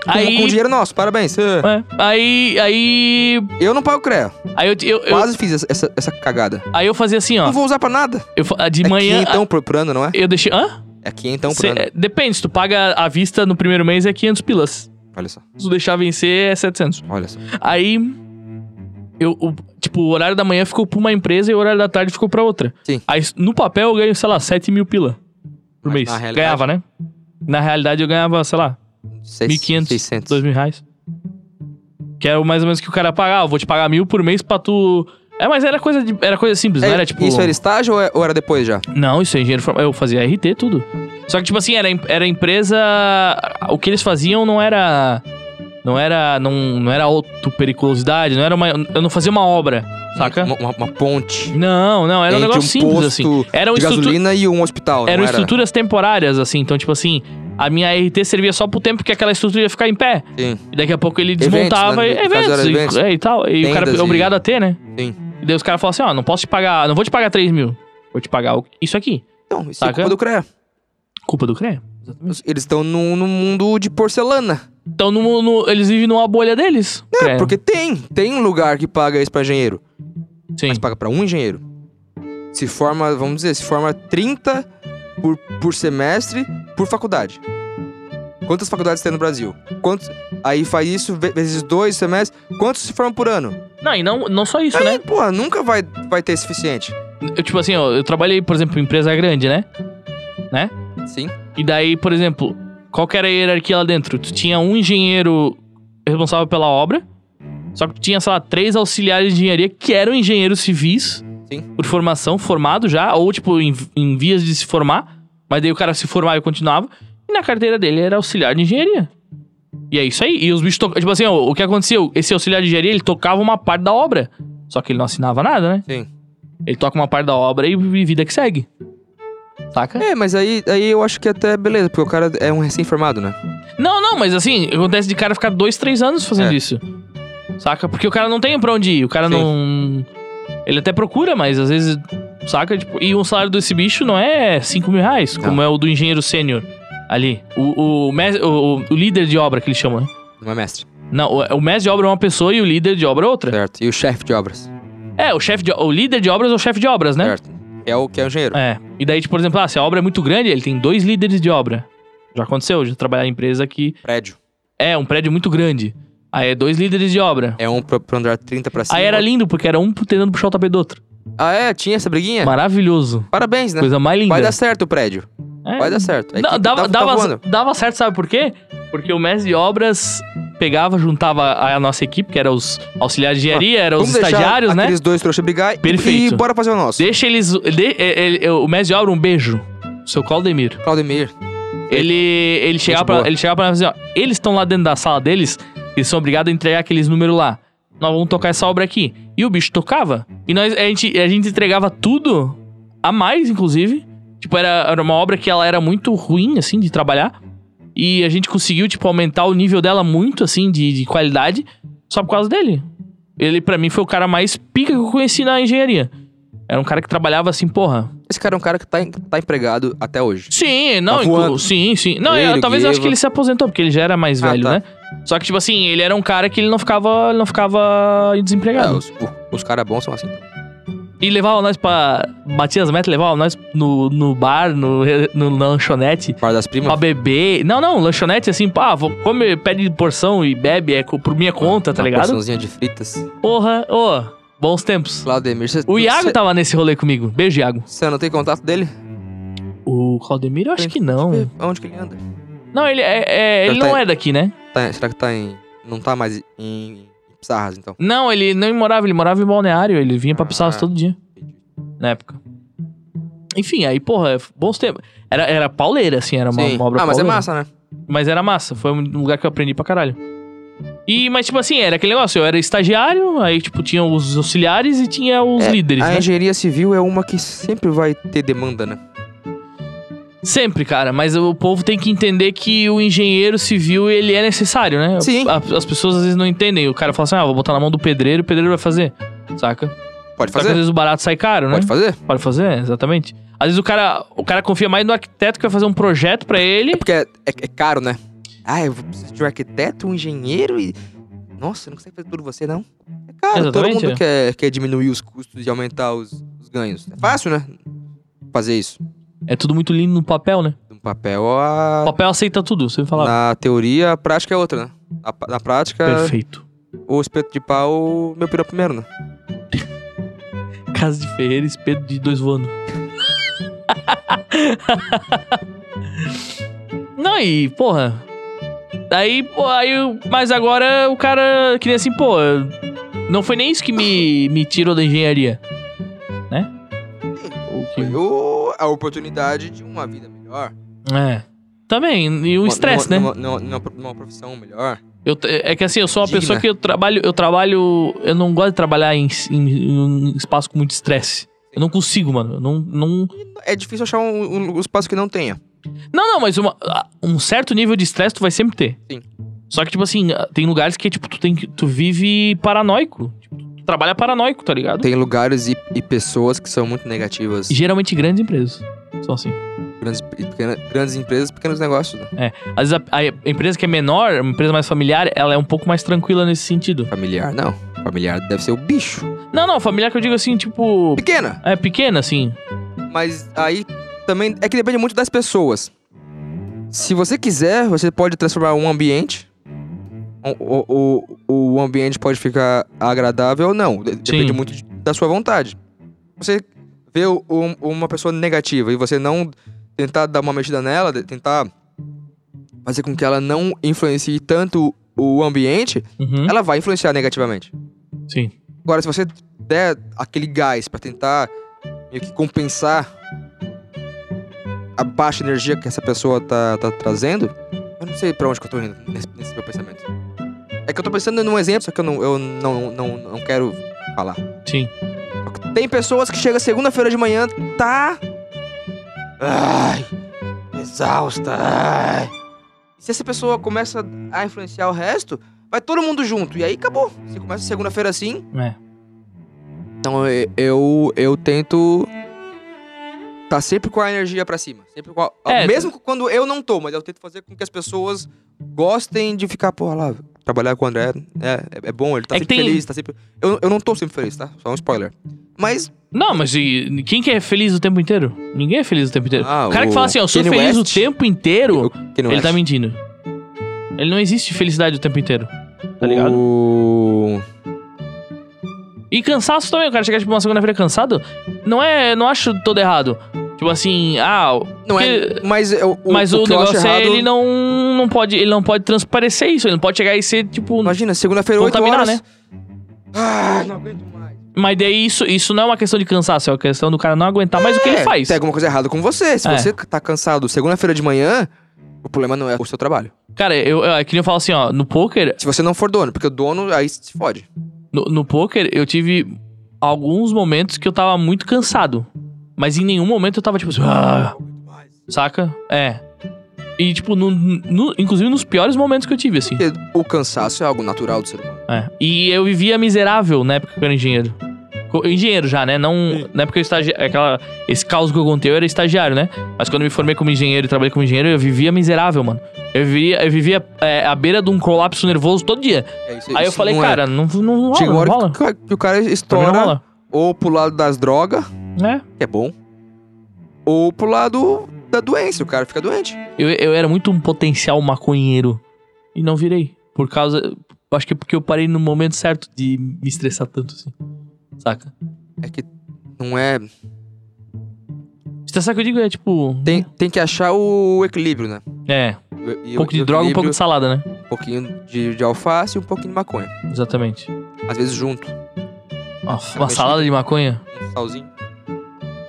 Com- Aí, Com dinheiro nosso, parabéns. É. é, aí, aí, Eu não pago CREA. aí eu, eu- eu- Quase fiz essa, essa, essa cagada. aí eu fazia assim, Não ó. vou usar pra nada. Eu, fa- de é manhã, 500 então por, por ano, não é? eu deixei, hã? É 500 então por Cê- ano. é, depende, se tu paga à vista no primeiro mês é 500 pilas. Olha só, Se tu deixar vencer é 700. olha só. Aí, eu, o- tipo, o horário da manhã ficou pra uma empresa e o horário da tarde ficou pra outra. Sim. Aí, no papel eu ganho, sei lá, 7 mil pila por Mas mês. na realidade- Ganhava, né? Na realidade eu ganhava, sei lá, 1.500, 600. 2 mil reais. Que era mais ou menos o que o cara pagava. "Ah, Vou te pagar mil por mês pra tu... É, mas era coisa, de- era coisa simples, É, não era tipo... Isso era estágio ou é- ou era depois já? Não, isso é engenheiro formal. Eu fazia RT, tudo. Só que, tipo assim, era, em- era empresa. O que eles faziam não era. Não era. Não, não era autopericulosidade, não era uma. Eu não fazia uma obra, saca? Uma, uma- uma ponte. Não, não, era um Entre negócio um simples, posto assim. Era um de estrutu- gasolina e um hospital. não eram era? estruturas temporárias, assim. Então, tipo assim, a minha RT servia só pro tempo que aquela estrutura ia ficar em pé. Sim. E daqui a pouco ele Eventos, desmontava né? e- Fazer eventos, e, eventos. é, e tal. E o cara Tendas é e- obrigado a ter, né? Sim. E daí os caras falam assim, ó, não posso te pagar, não vou te pagar 3 mil. Vou te pagar o- isso aqui. Então, isso Saca? é culpa do CREA. Culpa do CREA. Eles estão num, num mundo de porcelana. Então no- no- eles vivem numa bolha deles. É, CREA. porque tem. Tem um lugar que paga isso pra engenheiro. Sim. Mas paga pra um engenheiro. Se forma, vamos dizer, se forma 30 por, por semestre por faculdade. Quantas faculdades tem no Brasil? Quantos, aí faz isso ve- vezes dois semestres. Quantos se formam por ano? Não, e não, não só isso, aí, né? porra, nunca vai, vai ter suficiente. Eu, tipo assim, ó, eu trabalhei, por exemplo, em empresa grande, né? Sim. E daí, por exemplo, qual que era a hierarquia lá dentro? Tu tinha um engenheiro responsável pela obra, só que tu tinha, sei lá, três auxiliares de engenharia que eram engenheiros civis. Sim. Por formação, formado já, ou tipo, em, em vias de se formar. Mas daí o cara se formava e continuava. E na carteira dele era auxiliar de engenharia. E é isso aí. E os bichos tocavam. Tipo assim, ó, o que aconteceu? Esse auxiliar de engenharia, ele tocava uma parte da obra. Só que ele não assinava nada, né? Sim. Ele toca uma parte da obra e, e vida que segue. Saca? É, mas aí, aí eu acho que até beleza, porque o cara é um recém-formado, né? Não, não, mas assim, acontece de cara ficar dois, três anos fazendo É. isso. Saca? Porque o cara não tem pra onde ir. O cara Sim. não. Ele até procura, mas às vezes. Saca? Tipo, e um salário desse bicho não é 5 mil reais, como é o do engenheiro sênior ali. O, o, mes- o, o líder de obra que ele chama. né? Não é mestre. Não, o, o mestre de obra é uma pessoa e o líder de obra é outra. Certo. E o chefe de obras. É, o chefe de, o líder de obras é o chefe de obras, né? Certo. É o que é o engenheiro. É. E daí, tipo, por exemplo, ah, se a obra é muito grande, ele tem dois líderes de obra. Já aconteceu, já trabalhar em empresa que Prédio. É, um prédio muito grande. Aí é dois líderes de obra. É um pro, pro andar 30 pra cima. Aí era lindo, porque era um tentando puxar o tapete do outro. Ah, é? Tinha essa briguinha? Maravilhoso. Parabéns, né? Coisa mais linda. Vai dar certo o prédio. É. Vai dar certo. A Não, equipe dava, tá- tá dava, voando. dava certo, sabe por quê? Porque o mestre de obras pegava, juntava a nossa equipe, que era os auxiliares de engenharia, eram os Vamos deixar estagiários, né? Aqueles dois trouxa brigar e- Perfeito. e bora fazer o nosso. Deixa eles. de- ele- ele- o mestre de obra, um beijo. Seu Claudemir. Claudemir. Ele, ele chegava pra, boa. ele chegava pra nós e dizia, ó, eles estão lá dentro da sala deles, eles são obrigados a entregar aqueles números lá. Nós vamos tocar essa obra aqui. E o bicho tocava. E nós, a gente, a gente entregava tudo, a mais, inclusive. Tipo, era, era uma obra que ela era muito ruim, assim, de trabalhar. E a gente conseguiu, tipo, aumentar o nível dela muito, assim, de, de qualidade, só por causa dele. Ele, pra mim, foi o cara mais pica que eu conheci na engenharia. Era um cara que trabalhava assim, porra, Esse cara é um cara que tá, em- tá empregado até hoje. Sim, não, Tá inclu- voando. sim, sim. Não, Ele, eu, o talvez eu acho Gueva. que ele se aposentou, porque ele já era mais Ah, velho, tá. né? Só que, tipo assim, ele era um cara que ele não ficava, ele não ficava É, desempregado. os o- os caras bons são assim. E levava nós pra. Batia as metas, levava nós no, no bar, no, re- no lanchonete, Par das primas. pra beber. Não, não, lanchonete assim, pá, vou comer, pede porção e bebe, é co- por minha conta, tá uma ligado? porçãozinha de fritas. Porra, ô, bons tempos. Claudemir. Cê, O Iago tá- cê, tava nesse rolê comigo. Beijo, Iago. Você não tem contato dele? O Claudemiro, eu acho que não. Vê Onde que ele anda? Não, ele, é, é- ele Ele tá não em- é daqui, né? Tá em- será que tá em... Não tá mais em, em Pissarras, então? Não, ele não morava, ele morava em Balneário, ele vinha pra Pissarras Ah. todo dia, na época. Enfim, aí, porra, é bons tempos. Era, era pauleira, assim, era uma, Sim. uma obra ah, mas é pauleira. massa, né? Mas era massa, foi um lugar que eu aprendi pra caralho. E, mas, tipo assim, era aquele negócio, eu era estagiário, aí, tipo, tinha os auxiliares e tinha os É, líderes, A né? engenharia civil é uma que sempre vai ter demanda, né? Sempre, cara, mas o povo tem que entender que o engenheiro civil, ele é necessário, né? Sim. A- As pessoas às vezes não entendem, o cara fala assim, ah, vou botar na mão do pedreiro, o pedreiro vai fazer, saca? Pode Só que às fazer? vezes o barato sai caro, né? Pode fazer? Pode fazer, exatamente. Às vezes o cara, o cara confia mais no arquiteto que vai fazer um projeto pra ele. Porque é, é- é caro, né? Ah, eu vou precisar de um arquiteto, um engenheiro e. Nossa, não consegue fazer tudo você, não. É caro, todo Exatamente, mundo é. quer, quer diminuir os custos e aumentar os, os ganhos. É fácil, né? Fazer isso. É tudo muito lindo no papel, né? No papel, a... O papel aceita tudo, você me falava. na teoria, a prática é outra, né? Na, pa- na prática, Perfeito. o espeto de pau, meu pirou primeiro, né? Casa de Ferreira, espeto de dois voando. Não, e, porra. Aí, pô, aí, eu- mas agora o cara, que nem assim, pô, não foi nem isso que me, me tirou da engenharia, né? O que- Foi o- a oportunidade de uma vida melhor. É. Também, e o Numa- estresse, né? numa- Numa, numa, numa profissão melhor. Eu te- é que assim, eu sou uma Digna. pessoa que eu trabalho, eu trabalho, eu não gosto de trabalhar em, em- em espaço com muito estresse. Eu não consigo, mano. Eu não, não, É difícil achar um, um- um espaço que não tenha. não, não, mas uma- ah, um certo nível de estresse tu vai sempre ter. Sim. Só que tipo assim, ah, tem lugares que tipo tu tem que tu vive paranoico, Tipo, tu trabalha paranoico, tá ligado? Tem lugares e, e pessoas que são muito negativas. E geralmente grandes empresas. São assim. Grandes, e pequena- grandes empresas, pequenos negócios, né? Às vezes a, a empresa que é menor, uma empresa mais familiar, ela é um pouco mais tranquila nesse sentido. Familiar, não. Familiar deve ser o bicho. Não, não, familiar que eu digo assim, tipo, Pequena. é pequena assim. Mas aí também é que depende muito das pessoas. Se você quiser, você pode transformar um ambiente. O, o, o, o ambiente pode ficar agradável ou não. De- Depende Sim. muito de- da sua vontade. Você vê o- um- uma pessoa negativa e você não tentar dar uma mexida nela, de- tentar fazer com que ela não influencie tanto o ambiente, Uhum. ela vai influenciar negativamente. Sim. Agora, se você der aquele gás pra tentar meio que compensar a baixa energia que essa pessoa tá, tá trazendo, eu não sei pra onde que eu tô indo nesse, nesse meu pensamento. É que eu tô pensando num exemplo, só que eu não, eu não, não, não quero falar. Sim. Tem pessoas que chegam segunda-feira de manhã, tá. Ai, exausta. Ai. E se essa pessoa começa a influenciar o resto, vai todo mundo junto. E aí acabou. Você começa segunda-feira assim. É. Então e- eu, eu tento. Tá sempre com a energia pra cima. Sempre com a- É, mesmo quando eu não tô, mas eu tento fazer com que as pessoas gostem de ficar, porra, lá. Trabalhar com o André é, é- é bom, ele tá É que sempre tem- feliz, tá sempre. Eu, eu não tô sempre feliz, tá? Só um spoiler. Mas Não, mas e, quem que é feliz o tempo inteiro? Ninguém é feliz o tempo inteiro. Ah, o cara que o fala assim, ó, eu sou Kanye feliz West. o tempo inteiro, Quem não é, ele acha? tá mentindo. Ele não existe felicidade o tempo inteiro. Tá ligado? O... E cansaço também, o cara chegar tipo uma segunda-feira cansado, não é, não acho todo errado. Tipo assim, ah, Não porque- é, mas eu, o, mas o, que eu acho negócio é errado- ele não não pode, ele não pode transparecer isso, ele não pode chegar e ser tipo Imagina, segunda-feira, 8 contaminar, horas... né? Ah, não aguento mais. Mas daí isso, isso não é uma questão de cansaço, é uma questão do cara não aguentar mais o que ele É, faz. Tem alguma coisa errada com você. Se É. você tá cansado segunda-feira de manhã, o problema não é o seu trabalho. Cara, eu, eu, é que nem eu falo assim, ó, no poker, Se você não for dono, porque o dono aí se fode. No, no poker, eu tive alguns momentos que eu tava muito cansado. Mas em nenhum momento eu tava tipo assim. "Ah", saca? É. E, tipo, no, no- inclusive nos piores momentos que eu tive, assim. Porque o cansaço é algo natural do ser humano. É. E eu vivia miserável na época que eu era engenheiro. Co- Engenheiro já, né? Não, na época eu estagi... aquela Esse caos que eu contei eu era estagiário, né? Mas quando eu me formei como engenheiro e trabalhei como engenheiro, eu vivia miserável, mano. Eu vivia, eu vivia é, à beira de um colapso nervoso todo dia. É, isso- Aí eu isso falei, não é. cara, não, não, não rola, Chega não uma hora que rola. o cara- que o cara Pra mim não estoura rola. ou pro lado das drogas, É. que é bom, ou pro lado da doença, o cara fica doente. Eu, eu era muito um potencial maconheiro. E não virei. Por causa. Acho que é porque eu parei no momento certo de me estressar tanto assim. Saca? É que não é Estressar que eu digo é tipo. Tem, tem que achar o equilíbrio, né? É. E- e Um pouco o de droga, um pouco equilíbrio, de salada, né? um pouquinho de, de alface e um pouquinho de maconha. Exatamente. Às vezes junto, Uma, uma Ah, é, mas- salada de maconha? um salzinho.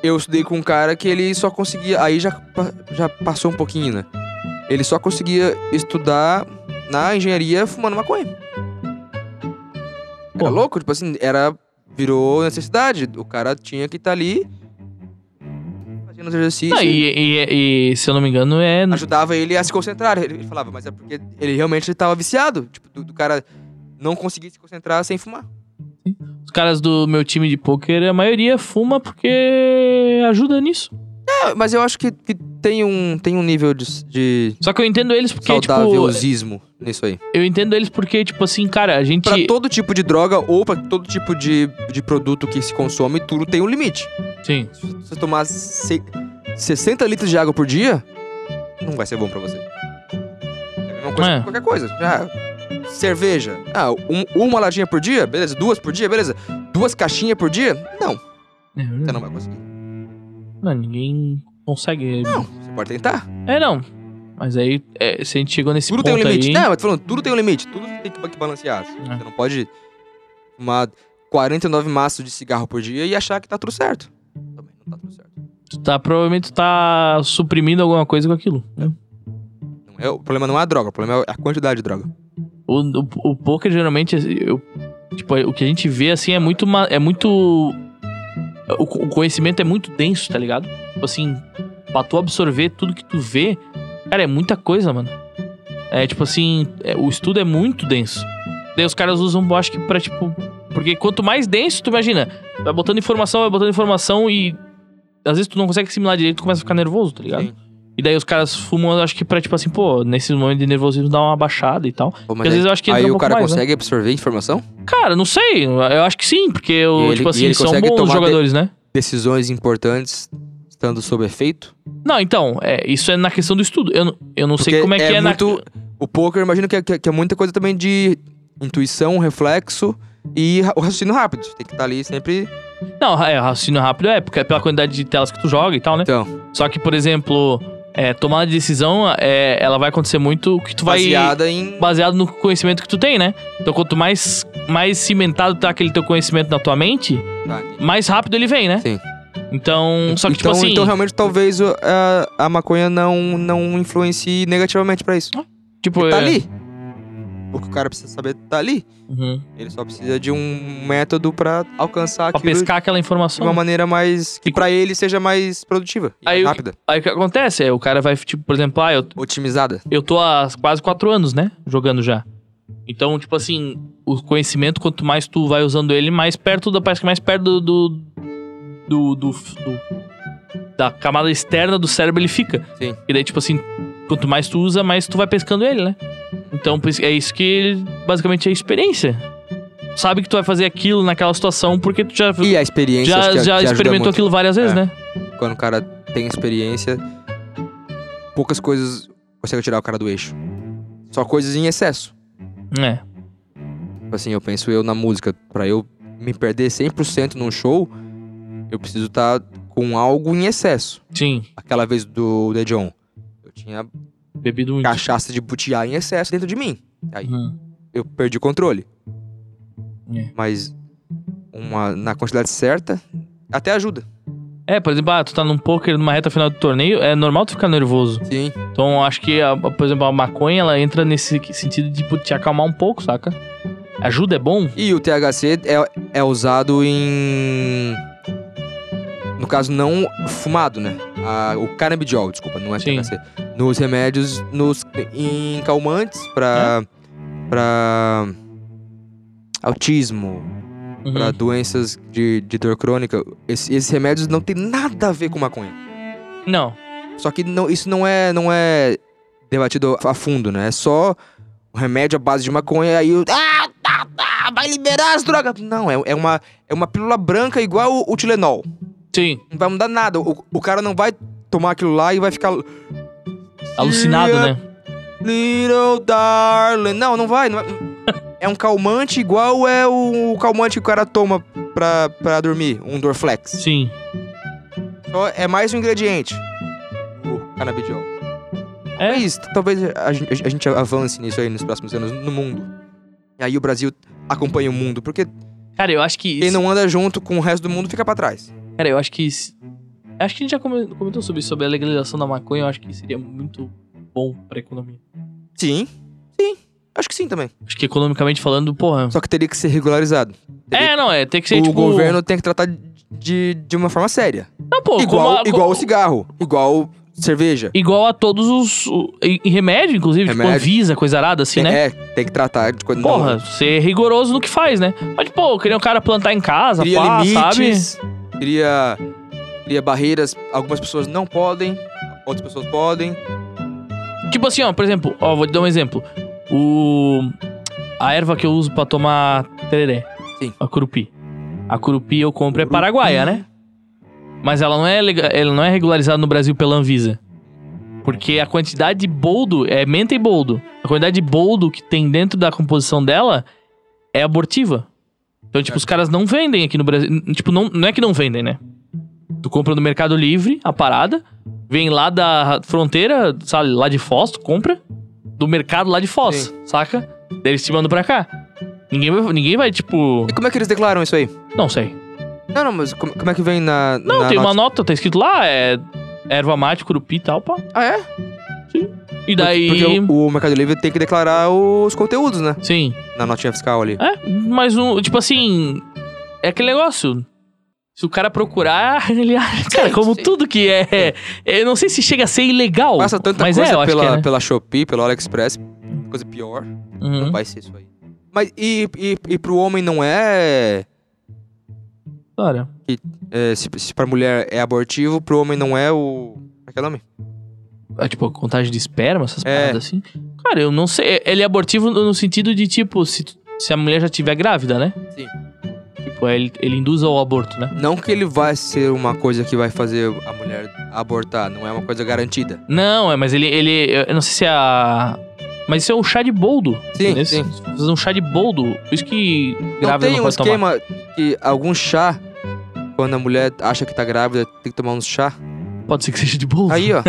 Eu estudei com um cara que ele só conseguia. Aí já, pa- já passou um pouquinho, né? Ele só conseguia estudar na engenharia fumando maconha. Pô. Era louco, tipo assim, era. Virou necessidade. O cara tinha que estar ali fazendo os exercícios. Não, e, e- e, se eu não me engano, é. ajudava ele a se concentrar. Ele ele falava, mas é porque ele realmente estava viciado. Tipo, do, do cara não conseguir se concentrar sem fumar. Os caras do meu time de pôquer, a maioria fuma porque ajuda nisso. É, mas eu acho que, que tem, um, tem um nível de, s- de Só que eu entendo eles porque, tipo. saudávelzismo nisso aí. Eu entendo eles porque, tipo assim, cara, a gente. Pra todo tipo de droga ou pra todo tipo de, de produto que se consome, tudo tem um limite. Sim. Se você tomar se- 60 litros de água por dia, não vai ser bom pra você. É a mesma coisa É. que qualquer coisa. Já, cerveja. Ah, um- uma latinha por dia? Beleza. Duas por dia? Beleza. Duas caixinhas por dia? Não, É, você não vai conseguir. Não, ninguém consegue. Não, você pode tentar. É, não. Mas aí, é, se a gente chegou nesse tudo tem um ponto limite. aí... É. Não, mas tô falando, tudo tem um limite. Tudo tem que que balancear. assim. Você não pode fumar 49 maços de cigarro por dia e achar que tá tudo certo. Também não tá tudo certo. Tu tá, provavelmente tu tá suprimindo alguma coisa com aquilo. né? Não é- o problema não é a droga, o problema é a quantidade de droga. O, o, o poker geralmente, é, eu- tipo, o que a gente vê assim é muito. ma- É muito o, co- o conhecimento é muito denso, tá ligado? Tipo assim, pra tu absorver tudo que tu vê, cara, é muita coisa, mano. É tipo assim, é, o estudo é muito denso. Daí os caras usam, eu acho que pra tipo. Porque quanto mais denso, tu imagina, vai botando informação, vai botando informação e. Às vezes tu não consegue assimilar direito, tu começa a ficar nervoso, tá ligado? Sim. E daí os caras fumam, eu acho que pra, tipo assim, pô, nesse momento de nervosismo dá uma baixada e tal. Pô, mas Porque às aí- vezes eu acho que aí entra um o pouco cara mais, né? consegue absorver informação? Cara, não sei. Eu acho que sim, porque eu, E ele- tipo e assim, ele são consegue bons tomar de- jogadores, né? Decisões importantes estando sob efeito? Não, então, é, isso é na questão do estudo. Eu, não- eu não sei Porque como é, que é muito, na. O poker, eu imagino que é, que é- que é muita coisa também de intuição, reflexo e ra- o raciocínio rápido. Tem que estar ali sempre. Não, é, raciocínio rápido é, porque é pela quantidade de telas que tu joga e tal, né? Então, Só que, por exemplo, é, tomada de decisão, é, ela vai acontecer muito que tu vai. baseada em. baseado no conhecimento que tu tem, né? Então, quanto mais, mais cimentado tá aquele teu conhecimento na tua mente, Tá, entendi. mais rápido ele vem, né? Sim. Então, só que, tipo então, assim. então, realmente, talvez o- a, a maconha não, não influencie negativamente pra isso. tipo, Tá é- ali. O que o cara precisa saber tá ali. Uhum. Ele só precisa de um método pra alcançar Pra aquilo pescar aquela de informação. uma maneira mais. que E- pra ele seja mais produtiva, e Aí mais o- rápida, Aí o que acontece? É, o cara vai, tipo, por exemplo, ah, eu, otimizada. eu tô há quase quatro anos, né? Jogando já. Então, tipo assim, o conhecimento, quanto mais tu vai usando ele, mais perto da. Parece que mais perto do. do. do- do- do- da camada externa do cérebro ele fica. Sim. E daí, tipo assim, quanto mais tu usa, mais tu vai pescando ele, né? Então, por isso- é isso que basicamente é experiência. Sabe que tu vai fazer aquilo naquela situação porque tu já, E a experiência já, acho que, já que ajuda experimentou muito. aquilo várias vezes, É. né? Quando o cara tem experiência, poucas coisas conseguem tirar o cara do eixo. Só coisas em excesso. É. Tipo assim, eu penso eu na música. Pra eu me perder 100% num show, eu preciso estar com algo em excesso. Sim, Aquela vez do The John, eu tinha bebido muito. cachaça de butiá em excesso dentro de mim. Aí Uhum. eu perdi o controle. É. Mas uma, na quantidade certa, até ajuda. É, por exemplo, ah, tu tá num poker numa reta final do torneio, é normal tu ficar nervoso. Sim. Então eu acho que, a- a- por exemplo, a maconha ela entra nesse sentido de tipo, te acalmar um pouco, saca? Ajuda é bom? E o THC é, é usado em. No caso, não fumado, né? Ah, o canabidiol, desculpa, não é Sim. THC. Nos remédios, nos, em calmantes pra. pra. autismo, Uhum. pra doenças de, de dor crônica. Esse- esses remédios não tem nada a ver com maconha. Não. Só que não- isso não é, não é debatido a fundo, né? É só um remédio à base de maconha aí o. Ah, tá, tá, vai liberar as drogas! Não, é, é uma, é uma pílula branca igual o, o Tilenol. Sim, Não vai mudar nada. O, o cara não vai tomar aquilo lá e vai ficar. alucinado, Yeah. né? Little darling. Não, não vai. não vai. É um calmante igual é o, calmante que o cara toma pra, pra dormir, um Dorflex. Sim. Só é mais um ingrediente. O Uh, canabidiol. É É, isso, talvez a, gen- a gente avance nisso aí nos próximos anos no mundo. E aí o Brasil acompanha o mundo, porque cara, eu acho que. quem não anda junto com o resto do mundo fica pra trás. Cara, eu acho que. isso- Acho que a gente já come- comentou sobre isso, sobre a legalização da maconha, eu acho que seria muito bom pra economia. Sim, sim, acho que sim também. Acho que economicamente falando, porra. Só que teria que ser regularizado. teria- É, não, é, tem que ser o tipo. governo tem que tratar de, de uma forma séria. Não, pô, igual, como a- igual o cigarro, igual cerveja. Igual a todos os. o- e- e remédio, inclusive, tipo, Remédio. Anvisa, coisa arada, assim, tem, né? É, tem que tratar de coisa. Porra, não, ser rigoroso no que faz, né? Mas, pô, eu queria um cara plantar em casa, cria pá, sabe? limites, cria, cria barreiras. Algumas pessoas não podem, outras pessoas podem. Tipo assim, ó, por exemplo, ó, vou te dar um exemplo. O. A erva que eu uso pra tomar tereré. Sim. A curupi. A curupi eu compro é Curupi. paraguaia, né? Mas ela não é, lega- ela não é regularizada no Brasil pela Anvisa. Porque a quantidade de boldo é menta e boldo. A quantidade de boldo que tem dentro da composição dela é abortiva. Então, tipo, os caras não vendem aqui no Brasil. N- Tipo, não, não é que não vendem, né? Tu compra no Mercado Livre a parada, vem lá da fronteira, sabe, lá de Foz, tu compra. Do mercado lá de Foz, saca? Daí eles te mandam pra cá. Ninguém vai, ninguém vai, tipo. E como é que eles declaram isso aí? Não sei. Não, não, mas como, como é que vem na. Não, na tem nota? uma nota, tá escrito lá, é erva mate, curupi e tal, pá. Ah, é? E daí. Porque o, o Mercado Livre tem que declarar os conteúdos, né? Sim. Na notinha fiscal ali. É, mas um. Tipo assim. É aquele negócio. Se o cara procurar, ele. acha. Cara, como sim. tudo que é. Eu não sei se chega a ser ilegal. Passa tanta mas coisa é, eu acho pela, que é, né? pela Shopee, pela AliExpress, coisa pior. Uhum. Não vai ser isso aí. Mas e, e, e pro homem não é, Olha. é, se, se pra mulher é abortivo, pro homem não é o. Aquele homem? Ah, tipo, a contagem de esperma, essas É. paradas assim. Cara, eu não sei. Ele é abortivo no no sentido de, tipo, se, tu- se a mulher já tiver grávida, né? Sim. Tipo, ele, ele induz ao aborto, né? Não que ele vai ser uma coisa que vai fazer a mulher abortar, não é uma coisa garantida. Não, é, mas ele. ele eu não sei se é a. Mas isso é um chá de boldo. Sim, entendeu? sim. Se Fazer um chá de boldo. Por isso que não grávida tem não, um pode tomar. esquema que algum chá, quando a mulher acha que tá grávida, tem que tomar um chá. Pode ser que seja de boldo. Aí, ó.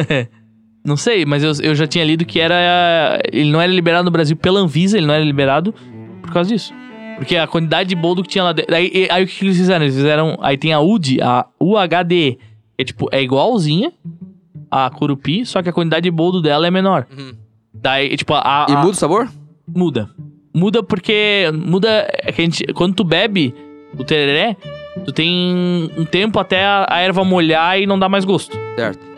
Não sei, mas eu, eu já tinha lido que era. Ele não era liberado no Brasil pela Anvisa, ele não era liberado por causa disso. Porque a quantidade de boldo que tinha lá dentro. Aí, e- aí o que que eles fizeram? Eles fizeram. Aí tem a UD, a UHDE. que É tipo, é igualzinha a Curupi, só que a quantidade de boldo dela é menor. Uhum. Daí, tipo, a. a- E muda o sabor? Muda. Muda porque. Muda. É que a gente, quando tu bebe o tereré, tu tem um tempo até a, a erva molhar e não dá mais gosto. Certo.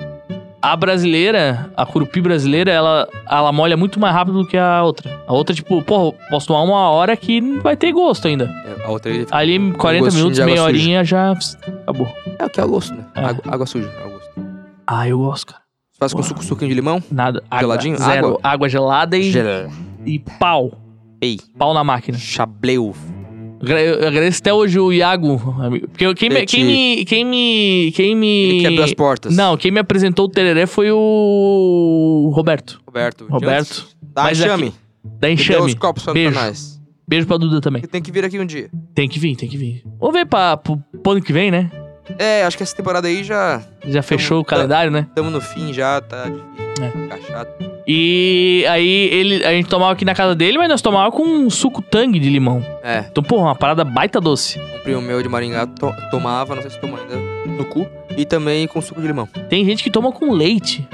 A brasileira, a curupi brasileira, ela, ela molha muito mais rápido do que a outra. A outra, tipo, pô, posso tomar uma hora que não vai ter gosto ainda. É, a outra ele fica- Ali, 40 gostinho minutos, de água meia suja. horinha, já pss, acabou. É o que é o gosto, né? É. Água, água suja, é o gosto. Ah, eu gosto, cara. Faz com Uau. suco, suquinho de limão? Nada. Água, Geladinho? Zero. Água? Água, gelada e, Gel. e pau. Ei. Pau na máquina. Chableu. Agra- Eu agradeço até hoje o Iago, amigo. Porque eu- quem, me, Ele quem te- me. Quem me. Quem me. Ele que abriu as portas. Não, quem me apresentou o tereré foi o. Roberto. Roberto. Roberto. Dá Mas enxame. Da Me Deu Enxame. os copos pra Beijo. nós. Beijo pra Duda também. Ele tem que vir aqui um dia. Tem que vir, tem que vir. Vamos ver pra, pro, pro ano que vem, né? É, acho que essa temporada aí já Já fechou o tá. calendário, né? estamos no fim, já tá difícil. É. Fica chato. E aí ele, a gente tomava aqui na casa dele, mas nós tomava com um suco tangue de limão. É, Então, porra, uma parada baita doce. um primo meu de Maringá to- tomava, não sei se toma ainda, no cu. E também com suco de limão. Tem gente que toma com leite.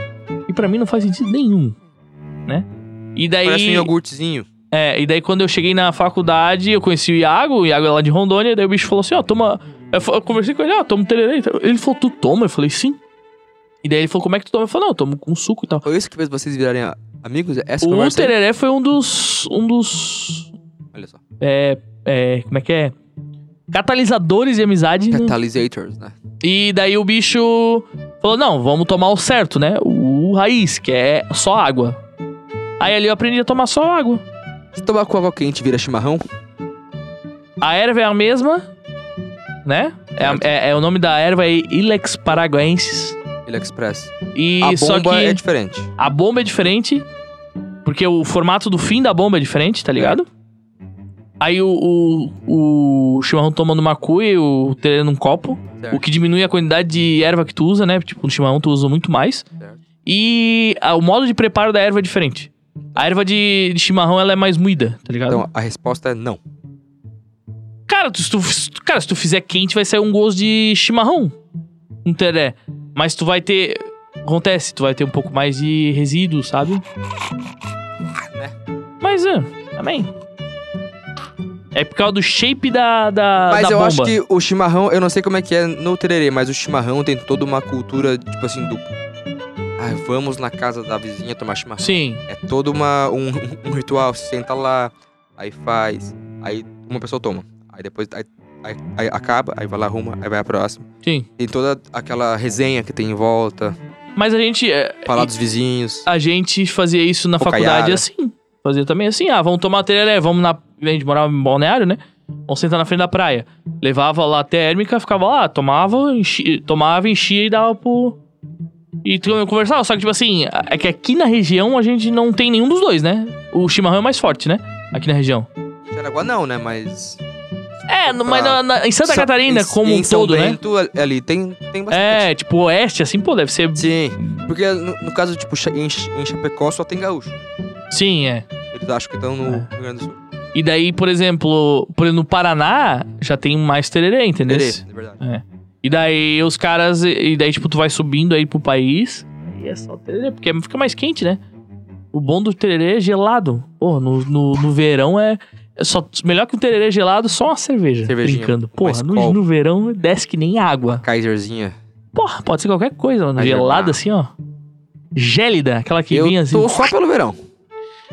E pra mim não faz sentido nenhum, né? E daí. Parece um iogurtezinho. É, e daí quando eu cheguei na faculdade, eu conheci o Iago, o Iago é lá de Rondônia, daí o bicho falou assim, ó, toma... Eu, fa- eu conversei com ele, ó, toma um tererê. e tal. Ele falou, tu toma? Eu falei, sim. E daí ele falou, como é que tu toma? Eu falei, não, eu tomo com suco e tal. Foi isso que fez vocês virarem a- amigos? É Essa O conversa aí? tereré foi um dos... Um dos... Olha só. É... é como é que é? Catalisadores de amizade. né? Catalysators, né? E daí o bicho falou: não, vamos tomar o certo, né? O raiz, que é só água. Aí ali eu aprendi a tomar só água. Se tomar com água quente vira chimarrão, A erva é a mesma, né? É, a- é- é o nome da erva é Ilex paraguensis. ele é express. E a só que bomba é diferente. a bomba é diferente, porque o formato do fim da bomba é diferente, tá ligado? Aí o, o, o chimarrão toma numa cuia e o tererê num copo, Certo. o que diminui a quantidade de erva que tu usa, né? Tipo, no chimarrão tu usa muito mais. Certo. E ah, o modo de preparo da erva é diferente. A erva de, de chimarrão, ela é mais moída, tá ligado? Então, a resposta é não. Cara, tu- se tu, se tu- cara, se tu fizer quente, vai sair um gosto de chimarrão. Um teré. Mas tu vai ter. Acontece, tu vai ter um pouco mais de resíduo, sabe? Né? Mas, é, também. É por causa do shape da, da, Mas Ah, da eu bomba. acho que o chimarrão, eu não sei como é que é no tererê, mas o chimarrão tem toda uma cultura, tipo assim, do. Ah, vamos na casa da vizinha tomar chimarrão. Sim, É todo uma, um, um ritual, você senta lá, aí faz, aí uma pessoa toma. Aí depois aí, aí- aí acaba, aí vai lá, arruma, aí vai a próxima. sim. Tem toda aquela resenha que tem em volta, Mas a gente. é, falar dos vizinhos. A gente fazia isso na Focaiada. faculdade assim. Fazia também assim, ah, vamos tomar tereré, vamos na. A gente morava em balneário, né? Vamos sentar na frente da praia. Levava lá a térmica, ficava lá, tomava, enchi, tomava, enchia e dava pro. E tu conversava, só que tipo assim, é que aqui na região a gente não tem nenhum dos dois, né? O chimarrão é mais forte, né? Aqui na região. Jaraguá não, né? Mas. É, no- mas na- na- em Santa Sa- Catarina, Ah. em- como em um São todo, né? Bento, ali- Ali tem, tem bastante. É, tipo, oeste, assim, pô, deve ser. Sim, porque no, no caso, tipo, Cha- em, Ch- em Chapecó só tem gaúcho. Sim, é. Eles acham que estão no É. Rio Grande do Sul. E daí, por exemplo, por exemplo, no Paraná já tem mais tereré, entendeu? Tererê, na verdade. E daí os caras. E daí, tipo, tu vai subindo aí pro país. E é só tererê, porque fica mais quente, né? O bom do tererê é gelado. Pô, no, no, no verão é. é só, melhor que um tererê gelado, só uma cerveja. Cervejinha. Brincando. Porra, Uma no, Skol. no verão desce que nem água. Kaiserzinha. Porra, pode ser qualquer coisa, mano. Vai Gelada jogar. assim, ó. Gélida, aquela que é eu vinha assim. tô só pelo verão.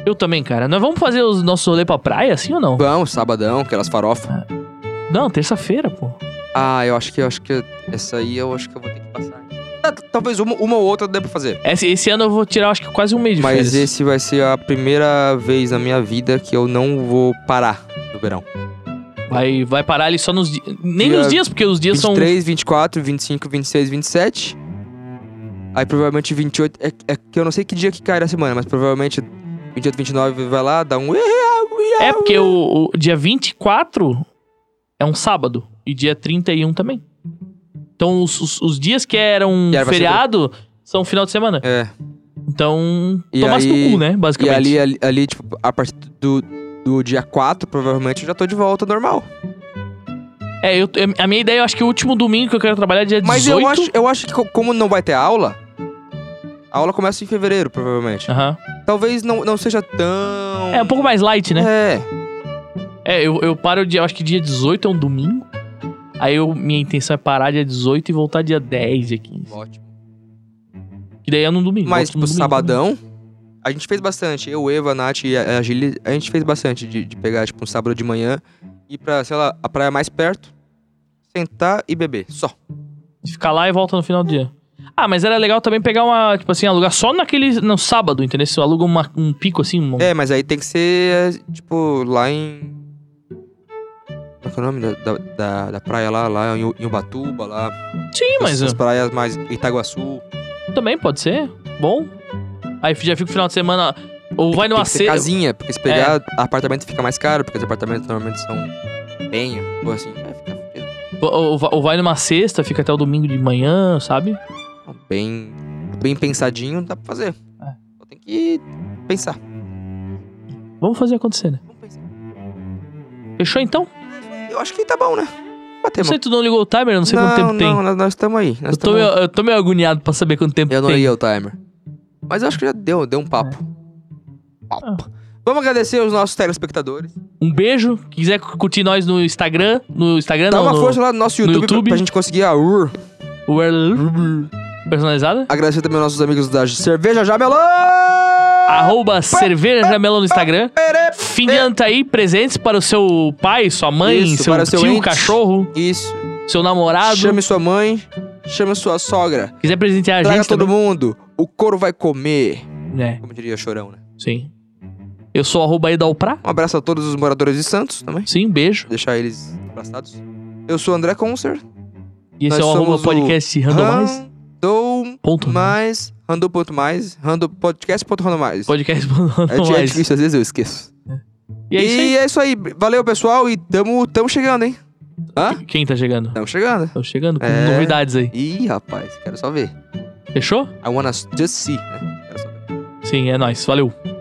Eu também, cara. Nós vamos fazer os nossos rolê pra praia, assim ou não? Vamos, sabadão, aquelas farofas. Não, terça-feira, pô. Ah, eu acho que eu acho que essa aí eu acho que eu vou ter que passar. Ah, t- Talvez uma, uma ou outra dê pra fazer. Esse, esse ano eu vou tirar, acho que quase um mês de Mas férias. esse vai ser a primeira vez na minha vida que eu não vou parar no verão. Vai, vai parar ali só nos dias. Nem Dia nos dias, porque os dias são. 23, 24, 25, 26, 27. Aí provavelmente 28. É, é que eu não sei que dia que cai na semana, mas provavelmente 28, 29 vai lá, dá um. É, porque o, o dia 24 é um sábado. E dia 31 também. Então os, os, os dias que eram Que era pra ser feriado são final de semana. É. Então. E tomasse no aí- cu, né? E Basicamente. ali, ali, ali, tipo, a partir do, do dia 4, provavelmente eu já tô de volta ao normal. É, eu, a minha ideia, eu acho que o último domingo que eu quero trabalhar é dia Mas 18. eu acho, eu acho que co- como não vai ter aula, a aula começa em fevereiro, provavelmente. Aham. Talvez não, não seja tão. É um pouco mais light, né? É. É, eu, eu paro dia. Eu acho que dia 18 é um domingo. Aí eu, minha intenção é parar dia 18 e voltar dia 10, dia 15. Ótimo. Que daí é num domingo. volto Mas, tipo, num domingo também. sabadão, a gente fez bastante. Eu, Eva, Nath e a a Gili, a gente fez bastante de, de pegar, tipo, um sábado de manhã, ir pra, sei lá, a praia mais perto, sentar e beber. Só. De Ficar lá e volta no final do dia. Ah, mas era legal também pegar uma, tipo assim, alugar só naquele. No sábado, entendeu? Se aluga uma- um pico assim. um- É, mas aí tem que ser, é, tipo, lá em. Como é que é o nome da, da, da, da praia lá? Lá em U- em Ubatuba, lá. Sim, mas As ah, praias mais. Itaguaçu. também pode ser. Bom. Aí já fica o final de semana. Ou vai É. numa tem que ser sexta. casinha, porque se pegar apartamento fica mais caro, porque os apartamentos normalmente são bem, ou assim, é, fica fudido. Ou, ou- ou vai numa sexta, fica até o domingo de manhã, sabe? Então, bem, bem pensadinho, dá pra fazer. É. Só tem que pensar. Vamos fazer acontecer, né? Vamos pensar. Fechou então? Eu acho que tá bom, né? Não Batemos. sei, tu não ligou o timer, eu não sei quanto tempo tem. Não, nós- nós estamos aí. Nós Eu tô, tamo- meio, eu tô meio agoniado pra saber quanto tempo Eu não tem. liguei o timer. Mas eu acho que já deu, deu um papo. É. Papo. Ah. Vamos agradecer os nossos telespectadores. Um beijo. Quem quiser curtir nós no Instagram, no Instagram Dá É, não, uma no força lá no nosso no YouTube, YouTube. Pra, pra gente conseguir a UR. URL personalizada. Agradecer também aos nossos amigos da Cerveja Jamelão! Arroba cerveja jamelão no Instagram. Fim de ano tá aí, presentes para o seu pai, sua mãe, Isso, seu para seu tio, ente. cachorro, Isso. seu namorado. Chame sua mãe, chame sua sogra, Quiser presentear a traga gente todo também. mundo, o couro vai comer. É, Como diria Chorão, né? sim. Eu sou arroba Idalprá. Um abraço a todos os moradores de Santos também. Sim, um beijo. Deixar eles abraçados. Eu sou o André Concer. E esse Nós é o arroba somos o podcast randomize. Random Ponto. mais, random ponto mais, random podcast ponto random mais. Podcast É, di- é randomize. difícil, às vezes eu esqueço. E é isso aí. Valeu, pessoal, e tamo, tamo chegando, hein? Hã? Quem tá chegando? Tamo chegando. Tô chegando com É. novidades aí. Ih, rapaz, quero só ver. Fechou? I wanna just see, né? Quero só ver. Sim, é nóis. Valeu.